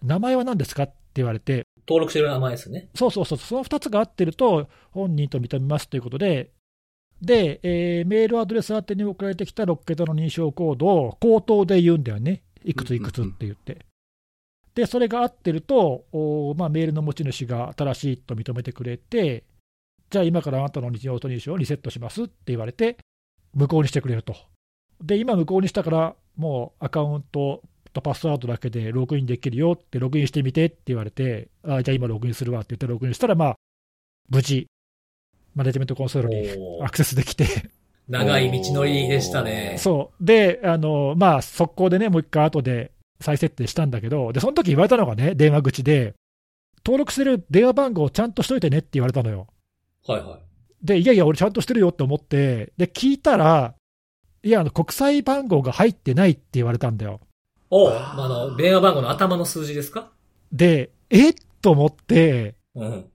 Speaker 2: 名前は何ですかって言われて、
Speaker 1: 登録してる名前ですね。
Speaker 2: そうそうそう、その2つが合ってると、本人と認めますということで、で、えーメールアドレス宛てに送られてきた6桁の認証コードを口頭で言うんだよね、いくついくつって言って。で、それが合ってると、おーまあ、メールの持ち主が正しいと認めてくれて、じゃあ今からあなたの認証認証をリセットしますって言われて、無効にしてくれると。で、今無効にしたから、もうアカウントとパスワードだけでログインできるよって、ログインしてみてって言われて、あじゃあ今ログインするわって言ってログインしたら、まあ、無事、マネジメントコンソールに
Speaker 1: おー
Speaker 2: アクセスできて、
Speaker 1: 長い道のりでしたね。
Speaker 2: そう。で、あの、まあ、速攻でね、もう一回後で再設定したんだけど、で、その時言われたのがね、電話口で、登録してる電話番号をちゃんとしといてねって言われたのよ。
Speaker 1: はいはい。
Speaker 2: で、いやいや、俺ちゃんとしてるよって思って、で、聞いたら、いや、あの、国際番号が入ってないって言われたんだよ。
Speaker 1: おう
Speaker 3: あー
Speaker 1: あの、電話番号の頭の数字ですか
Speaker 2: で、えっと思って、
Speaker 1: うん。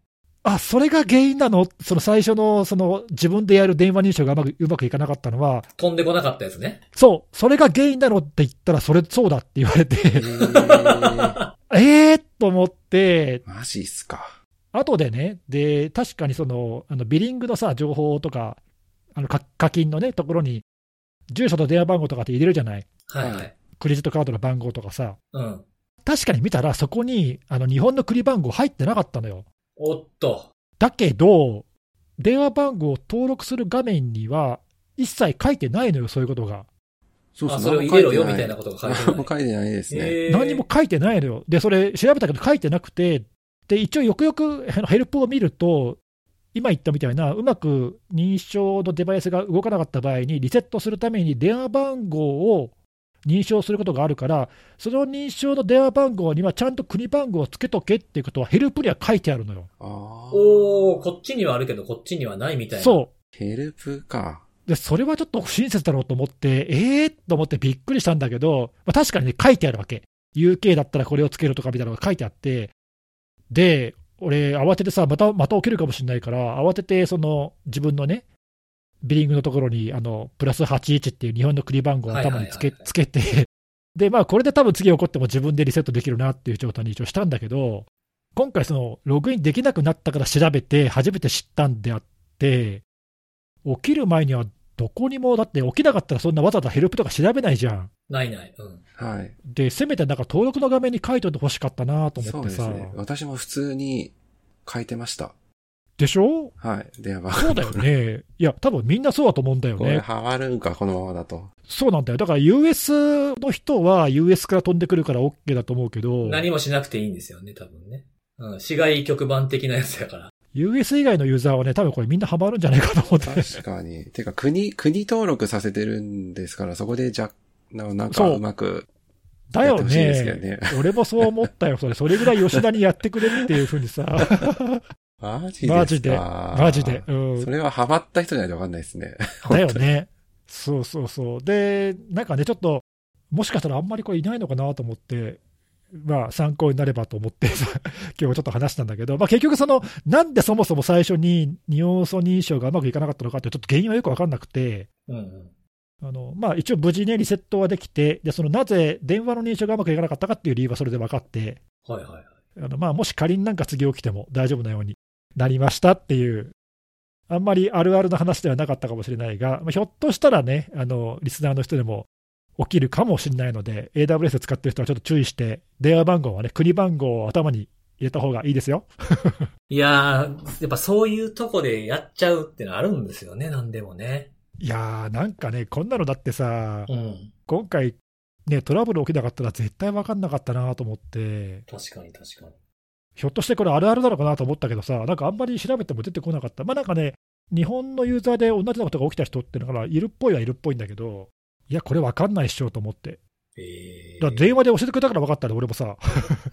Speaker 2: あ、それが原因なのその最初の、その自分でやる電話認証がうまくうまくいかなかったのは、
Speaker 1: 飛んでこなかったやつね。
Speaker 2: そう、それが原因なのって言ったら、それ、そうだって言われて、
Speaker 3: マ
Speaker 2: えーっと思って、
Speaker 3: ジっすか。
Speaker 2: 後でね、で、確かにその、あのビリングのさ、情報とか、あの課課金のね、ところに、住所と電話番号とかって入れるじゃない。
Speaker 1: はいはい。
Speaker 2: クレジットカードの番号とかさ。
Speaker 1: うん。
Speaker 2: 確かに見たら、そこに、あの、日本の国番号入ってなかったのよ。
Speaker 1: おっと。
Speaker 2: だけど、電話番号を登録する画面には、一切書いてないのよ、そういうことが。
Speaker 3: そ
Speaker 1: あ、それを入れろよみたいなことが書いて
Speaker 3: 何も
Speaker 1: ない。
Speaker 3: 書いてないですね。
Speaker 1: えー
Speaker 2: 何も書いてないのよ。で、それ調べたけど書いてなくて、で、一応よくよくあのヘルプを見ると、今言ったみたいな、うまく認証のデバイスが動かなかった場合に、リセットするために電話番号を認証することがあるから、その認証の電話番号にはちゃんと国番号をつけとけっていうことはヘルプには書いてあるのよ。
Speaker 3: あー
Speaker 1: おー、こっちにはあるけど、こっちにはないみたいな。
Speaker 2: そ
Speaker 3: ヘルプか。
Speaker 2: う。で、それはちょっと不親切だろうと思って、えーと思ってびっくりしたんだけど、まあ、確かにね、書いてあるわけ。UK だったらこれをつけるとかみたいなのが書いてあって、で、俺、慌ててさ、また、また起きるかもしれないから、慌てて、その、自分のね、ビリングのところに、あの、プラス81っていう日本の国番号を頭につ
Speaker 1: はい
Speaker 2: け、
Speaker 1: はいはいはい
Speaker 2: つけて、で、まあ、これで多分次起こっても自分でリセットできるなっていう状態に一応したんだけど、今回その、ログインできなくなったから調べて、初めて知ったんであって、起きる前にはどこにも、だって起きなかったらそんなわざわざヘルプとか調べないじゃん。
Speaker 1: ないない。うん。
Speaker 3: はい。
Speaker 2: で、せめてなんか登録の画面に書いといてほしかったなと
Speaker 3: そ
Speaker 2: 思っ
Speaker 3: う
Speaker 2: て
Speaker 3: です
Speaker 2: さ。
Speaker 3: ね。私も普通に書いてました。
Speaker 2: でしょ
Speaker 3: はい。電話番号。
Speaker 2: そうだよ ね。いや、多分みんなそうだと思うんだよ
Speaker 3: これ
Speaker 2: ね。
Speaker 3: ハマるんか、このままだと。
Speaker 2: そうなんだよ。だから US の人は US から飛んでくるから OK だと思うけど、
Speaker 1: 何もしなくていいんですよね、多分ね。うん。市外局番的なやつやから。
Speaker 2: US 以外のユーザーはね、多分これみんなハマるんじゃないかと思 って。
Speaker 3: 確かに。てか、国、国登録させてるんですから、そこで、じゃ、ななんか
Speaker 2: そう
Speaker 3: うまく
Speaker 2: だ
Speaker 3: や
Speaker 2: よ
Speaker 3: ってほしいですけど
Speaker 2: ね。
Speaker 3: ね。
Speaker 2: 俺もそう思ったよ。それ、それぐらい吉田にやってくれっていうふうに さ、
Speaker 3: マジですか
Speaker 2: マジでマジで。。うん
Speaker 3: そ。れはハマった人じゃないとわかんないですね。
Speaker 2: だよね。そうそうそう。で、なんかね、ちょっと、もしかしたらあんまりこれいないのかなと思って、まあ、参考になればと思って さ、今日ちょっと話したんだけど、まあ、結局その、なんでそもそも最初に二要素認証がうまくいかなかったのかって、ちょっと原因はよくわかんなくて、
Speaker 1: うんうん。
Speaker 2: あのまあ、一応無事ね、リセットはできて、でそのなぜ電話の認証がうまくいかなかったかっていう理由はそれで分かって、
Speaker 1: はいはいはい。
Speaker 2: あのまあ、もし仮になんか次起きても大丈夫なようになりましたっていう、あんまりあるあるな話ではなかったかもしれないが、まあ、ひょっとしたらね、あのリスナーの人でも起きるかもしれないので、AWS 使ってる人はちょっと注意して、電話番号はね、国番号を頭に入れた方がいいですよ。
Speaker 1: いやー、やっぱそういうとこでやっちゃうってのあるんですよね、なんでもね。
Speaker 2: いやー、なんかね、こんなのだってさ、
Speaker 1: うん。
Speaker 2: 今回、ね、トラブル起きなかったら絶対分かんなかったなと思って。
Speaker 1: 確かに確かに。
Speaker 2: ひょっとしてこれあるあるなのかなと思ったけどさ、なんかあんまり調べても出てこなかった。まあなんかね、日本のユーザーで同じようなことが起きた人っていうのかな、いるっぽいはいるっぽいんだけど、いや、これわかんないっしょと思って。
Speaker 1: え
Speaker 2: だから電話で教えてくれたから分かったね、俺もさ。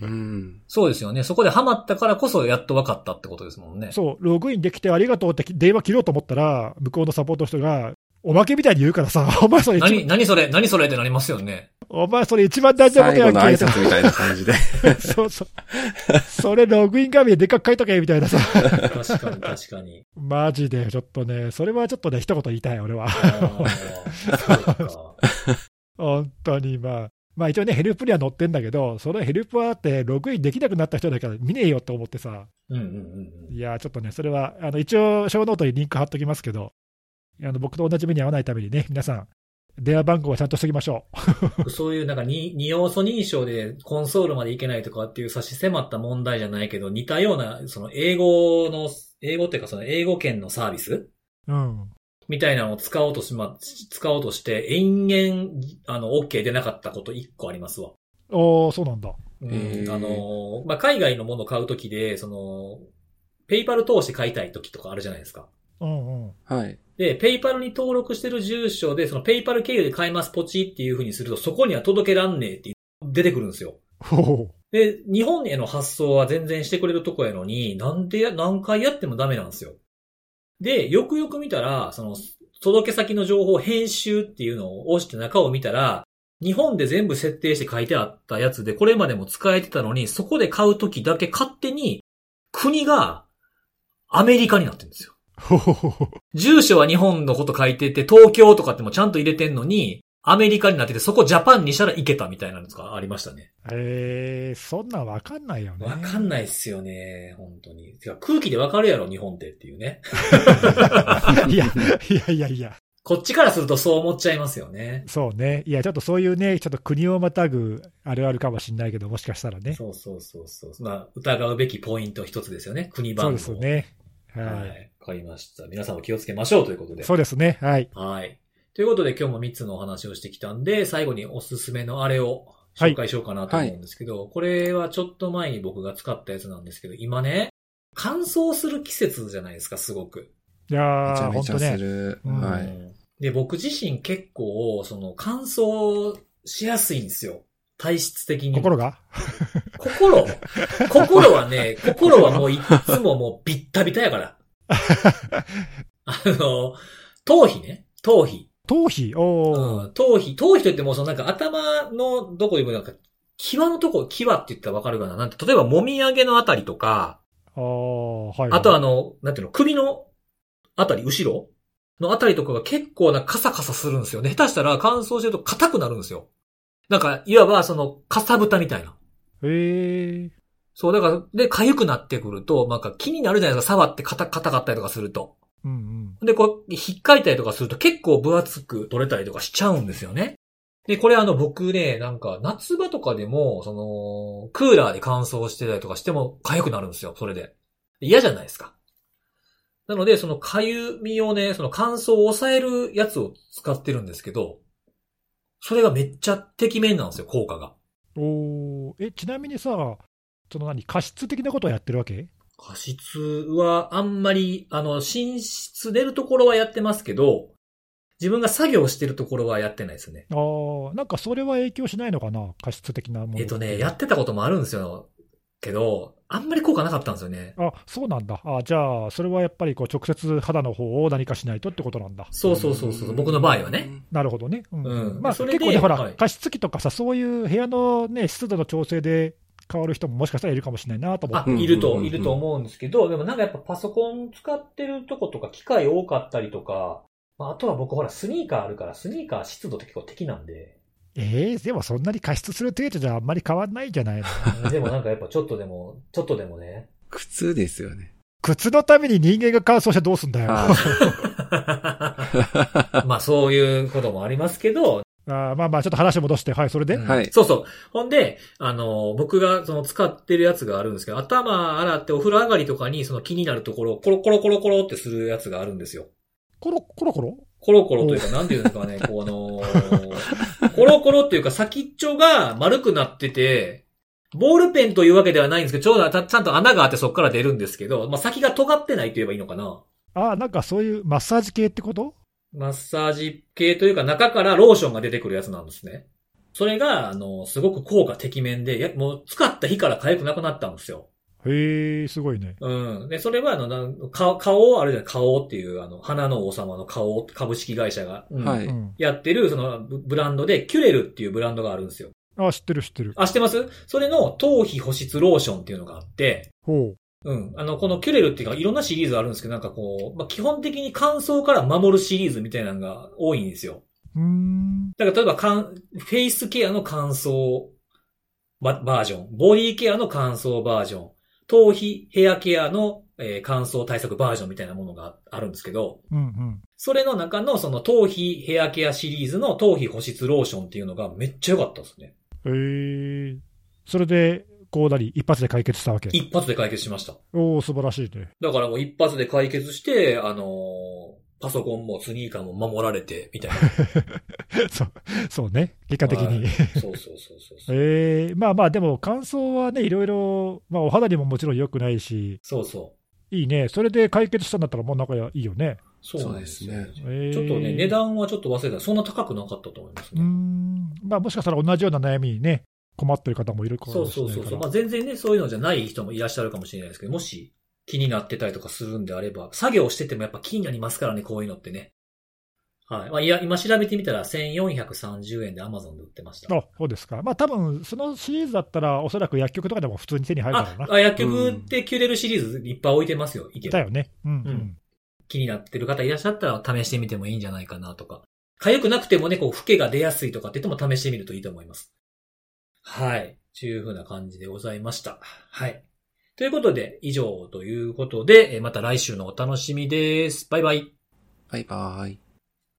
Speaker 3: うん。
Speaker 1: そうですよね。そこでハマったからこそやっと分かったってことですもんね。
Speaker 2: そう、ログインできてありがとうって電話切ろうと思ったら、向こうのサポートの人が、おまけみたいに言うからさ、 お前それ一番
Speaker 1: 何、何それ、何それってなりますよね。
Speaker 2: お前それ一番大事なことや
Speaker 3: 最後
Speaker 2: ん
Speaker 3: の挨
Speaker 2: けとか。
Speaker 3: 拶みたいな感じで。
Speaker 2: そうそう。それログイン画面ででっかく書いとけみたいなさ。
Speaker 1: 確かに、確か に。
Speaker 2: マジで、ちょっとね、それはちょっとね、一言言いたい、俺は。本当に、まあ。まあ一応ね、ヘルプには載ってんだけど、そのヘルプはあって、ログインできなくなった人だから見ねえよと思ってさ。
Speaker 1: うんうんうん
Speaker 2: いやー、ちょっとね、それは、あの、一応、小ノートにリンク貼っときますけど、あの、僕と同じ目に遭わないためにね、皆さん、電話番号はちゃんとしときましょう。
Speaker 1: うん。そういうなんかに二要素認証でコンソールまでいけないとかっていう差し迫った問題じゃないけど、似たような、その英語の、英語っていうかその英語圏のサービス
Speaker 2: うん。
Speaker 1: みたいなのを使おうとしま、使おうとして、延々、あの、OK 出なかったこと1個ありますわ。
Speaker 2: おー、そうなんだ。
Speaker 1: うん
Speaker 3: へー
Speaker 1: あの、まあ、海外のものを買うときで、その、ペイパル通して買いたいときとかあるじゃないですか。
Speaker 2: うんうん。
Speaker 3: はい。
Speaker 1: で、ペイパルに登録してる住所で、そのペイパル経由で買いますポチっていう風にすると、そこには届けらんねえって出てくるんですよ。
Speaker 2: ほう。
Speaker 1: で、日本への発送は全然してくれるとこやのに、なんでや、何回やってもダメなんですよ。で、よくよく見たら、その、届け先の情報編集っていうのを押して中を見たら、日本で全部設定して書いてあったやつで、これまでも使えてたのに、そこで買うときだけ勝手に、国がアメリカになってるんですよ。
Speaker 2: ほほほほ。
Speaker 1: 住所は日本のこと書いてて、東京とかってもちゃんと入れてんのに、アメリカになってて、そこジャパンにしたらいけたみたいなのとかありましたね。
Speaker 2: えー、そんなんわかんないよね。
Speaker 1: わかんないっすよね、本当に。てか空気でわかるやろ、日本ってっていうね。
Speaker 2: いや、いやいやいや、
Speaker 1: こっちからするとそう思っちゃいますよね。
Speaker 2: そうね。いや、ちょっとそういうね、ちょっと国をまたぐあるあるかもしれないけど、もしかしたらね。
Speaker 1: そうそうそうそう。まあ、疑うべきポイント一つですよね、国
Speaker 2: そう
Speaker 1: 番号。
Speaker 2: です。ね。
Speaker 1: は。
Speaker 2: はい
Speaker 1: わかりました。皆さんも気をつけましょうということ
Speaker 2: い。
Speaker 1: で。
Speaker 2: そうですね。はい。
Speaker 1: はい。ということで今日も3つのお話をしてきたんで、最後におすすめのあれを紹介しようかなと思うんですけど、これはちょっと前に僕が使ったやつなんですけど、今ね、乾燥する季節じゃないですか、すごく。
Speaker 2: いや
Speaker 3: めちゃ
Speaker 2: ー、
Speaker 3: め
Speaker 2: 本
Speaker 3: ち
Speaker 2: 当
Speaker 3: ゃす
Speaker 2: ね。
Speaker 3: る。
Speaker 2: うん
Speaker 3: は
Speaker 1: う
Speaker 3: い。
Speaker 1: んで、僕自身結構、その乾燥しやすいんですよ。体質的に。
Speaker 2: 心が
Speaker 1: 心心はね、心はもういっつももうビッタビタやから。あの、頭皮ね。頭皮。
Speaker 2: 頭皮おー。
Speaker 1: うん頭皮、頭皮といっても、そのなんか頭のどこでもなんか、際のとこ、際って言ったらわかるかななんて、例えばもみあげのあたりとか、
Speaker 2: あー、はい。
Speaker 1: あとあ
Speaker 2: の、
Speaker 1: の、なんていうの、首のあたり、後ろのあたりとかが結構なんかカサカサするんですよね。下手したら乾燥してると硬くなるんですよ。なんか、いわばその、かさぶたみたいな。
Speaker 2: えー。
Speaker 1: そう、だから、で、痒くなってくると、なんか気になるじゃないですか、触って硬硬かったりとかすると。
Speaker 2: うんうん。
Speaker 1: で、こう、引っかいたりとかすると結構分厚く取れたりとかしちゃうんですよね。で、これあの僕ね、なんか夏場とかでも、その、クーラーで乾燥してたりとかしても痒くなるんですよ、それで。嫌じゃないですか。なので、その痒みをね、その乾燥を抑えるやつを使ってるんですけど、それがめっちゃてきめんなんですよ、効果が。
Speaker 2: おー。え、ちなみにさ、その何、加湿的なことをやってるわけ
Speaker 1: 加湿はあんまり、あの、寝室出るところはやってますけど、自分が作業してるところはやってないですね。
Speaker 2: あー、なんかそれは影響しないのかな加湿的なもの。
Speaker 1: えっとね、やってたこともあるんですよ。けど、あんまり効果なかったんですよね。
Speaker 2: あそうなんだ、あじゃあ、それはやっぱりこう直接肌の方を何かしないとってことなんだ。
Speaker 1: そうそうそうそう、僕の場合はね。。
Speaker 2: なるほどね。うん
Speaker 1: うん
Speaker 2: まあ、
Speaker 1: それ
Speaker 2: 結
Speaker 1: で
Speaker 2: 構ね、ほら、
Speaker 1: はい
Speaker 2: 加湿器とかさ、そういう部屋の、ね、湿度の調整で変わる人ももしかしたらいるかもしれないなと思っ
Speaker 1: あ、
Speaker 2: て。
Speaker 3: うん
Speaker 1: いる
Speaker 3: うんう
Speaker 1: と、
Speaker 3: ん
Speaker 1: いると思うんですけど、でもなんかやっぱパソコン使ってるとことか機械多かったりとか、まああとは僕ほらスニーカーあるから、スニーカー湿度って結構敵なん で、
Speaker 2: えー、でもそんなに加湿する程度じゃあんまり変わんないんじゃないの
Speaker 1: でもなんかやっぱちょっとでも、ちょっとでも ね、
Speaker 3: 靴ですよね。
Speaker 2: 靴のために人間が乾燥してどうすんだよ。
Speaker 3: あ
Speaker 2: あ
Speaker 1: まあそういうこともありますけど、
Speaker 2: ーまあまあ、ちょっと話戻して、はい、それで。
Speaker 1: うん
Speaker 3: はい
Speaker 1: そうそう。ほんで、あの、僕がその使ってるやつがあるんですけど、頭洗ってお風呂上がりとかにその気になるところをコロコロコロコロってするやつがあるんですよ。
Speaker 2: コロコロコロ
Speaker 1: コロコロというか、なんていうんですかね、この、コロコロっていうか先っちょが丸くなってて、ボールペンというわけではないんですけど、ちょうどたちゃんと穴があってそこから出るんですけど、まあ、先が尖ってないと言えばいいのかな。
Speaker 2: ああ、なんかそういうマッサージ系ってこと
Speaker 1: マッサージ系というか中からローションが出てくるやつなんですね。それが、あの、すごく効果てきめんで、やもう使った日から痒くなくなったんですよ。
Speaker 2: へえ、すごいね。
Speaker 1: うん。で、それは、あの、なん顔、顔、あれじゃない、顔っていう、あの、花の王様の顔、株式会社が、うん
Speaker 3: はい
Speaker 2: うん、
Speaker 1: やってる、その、ブブランドで、キュレルっていうブランドがあるんですよ。
Speaker 2: ああ、知ってる知ってる。
Speaker 1: あ、知ってますそれの、頭皮保湿ローションっていうのがあって、
Speaker 2: ほう。
Speaker 1: うん。あの、このキュレルっていうか、いろんなシリーズあるんですけど、なんかこう、まあ、基本的に乾燥から守るシリーズみたいなのが多いんですよ。
Speaker 2: うーん。
Speaker 1: だから、例えば、かんフェイスケアの乾燥ババージョン、ボディケアの乾燥バージョン、頭皮ヘアケアの、えー乾燥対策バージョンみたいなものがあるんですけど、
Speaker 2: うんうん。
Speaker 1: それの中のその頭皮ヘアケアシリーズの頭皮保湿ローションっていうのがめっちゃ良かったですね。
Speaker 2: へえ。それで、こうなり、一発で解決したわけ。
Speaker 1: 一発で解決しました。
Speaker 2: おお、素晴らしいね。
Speaker 1: だからもう一発で解決して、あのーパソコンもスニーカーも守られて、みたい な。
Speaker 2: そう、そうね。結果的に。
Speaker 1: はい そうそうそうそうそう。
Speaker 2: ええまあまあ、でも乾燥はね、いろいろ、まあ、お肌にももちろん良くないし、
Speaker 1: そうそ
Speaker 2: いいね、それで解決したんだったら、もうなんかいいよね。
Speaker 1: う。そうなんですよ
Speaker 3: そうです
Speaker 2: ええ
Speaker 1: ちょっとね、値段はちょっと忘れた。そんな高くなかったと思います
Speaker 2: うー
Speaker 1: ね。
Speaker 2: ん、まあ、もしかしたら同じような悩みにね、困ってる方もいるか
Speaker 1: そ
Speaker 2: も
Speaker 1: う
Speaker 2: し
Speaker 1: そう
Speaker 2: れない
Speaker 1: そう
Speaker 2: か
Speaker 1: そう。
Speaker 2: ら
Speaker 1: まあ、全然ね、そういうのじゃない人もいらっしゃるかもしれないですけど、もし気になってたりとかするんであれば、作業しててもやっぱ気になりますからね、こういうのってね。はい。まあ、いや、今調べてみたら1430円で Amazon で売ってました。
Speaker 2: あそうですか、まあ多分そのシリーズだったら、おそらく薬局とかでも普通に手に入るだろう
Speaker 1: あ
Speaker 2: な、。
Speaker 1: あ薬局ってキュレルシリーズいっぱい置いてますよ、いけ
Speaker 2: だ
Speaker 1: ば
Speaker 2: よね、うん、う
Speaker 1: うんん、気になってる方いらっしゃったら試してみてもいいんじゃないかなとか。痒くなくてもね、こう、老けが出やすいとかって言っても試してみるといいと思います。はい。というふうな感じでございました。はい。ということで、以上ということで、えーまた来週のお楽しみです。バイバイ。
Speaker 3: バイバイ。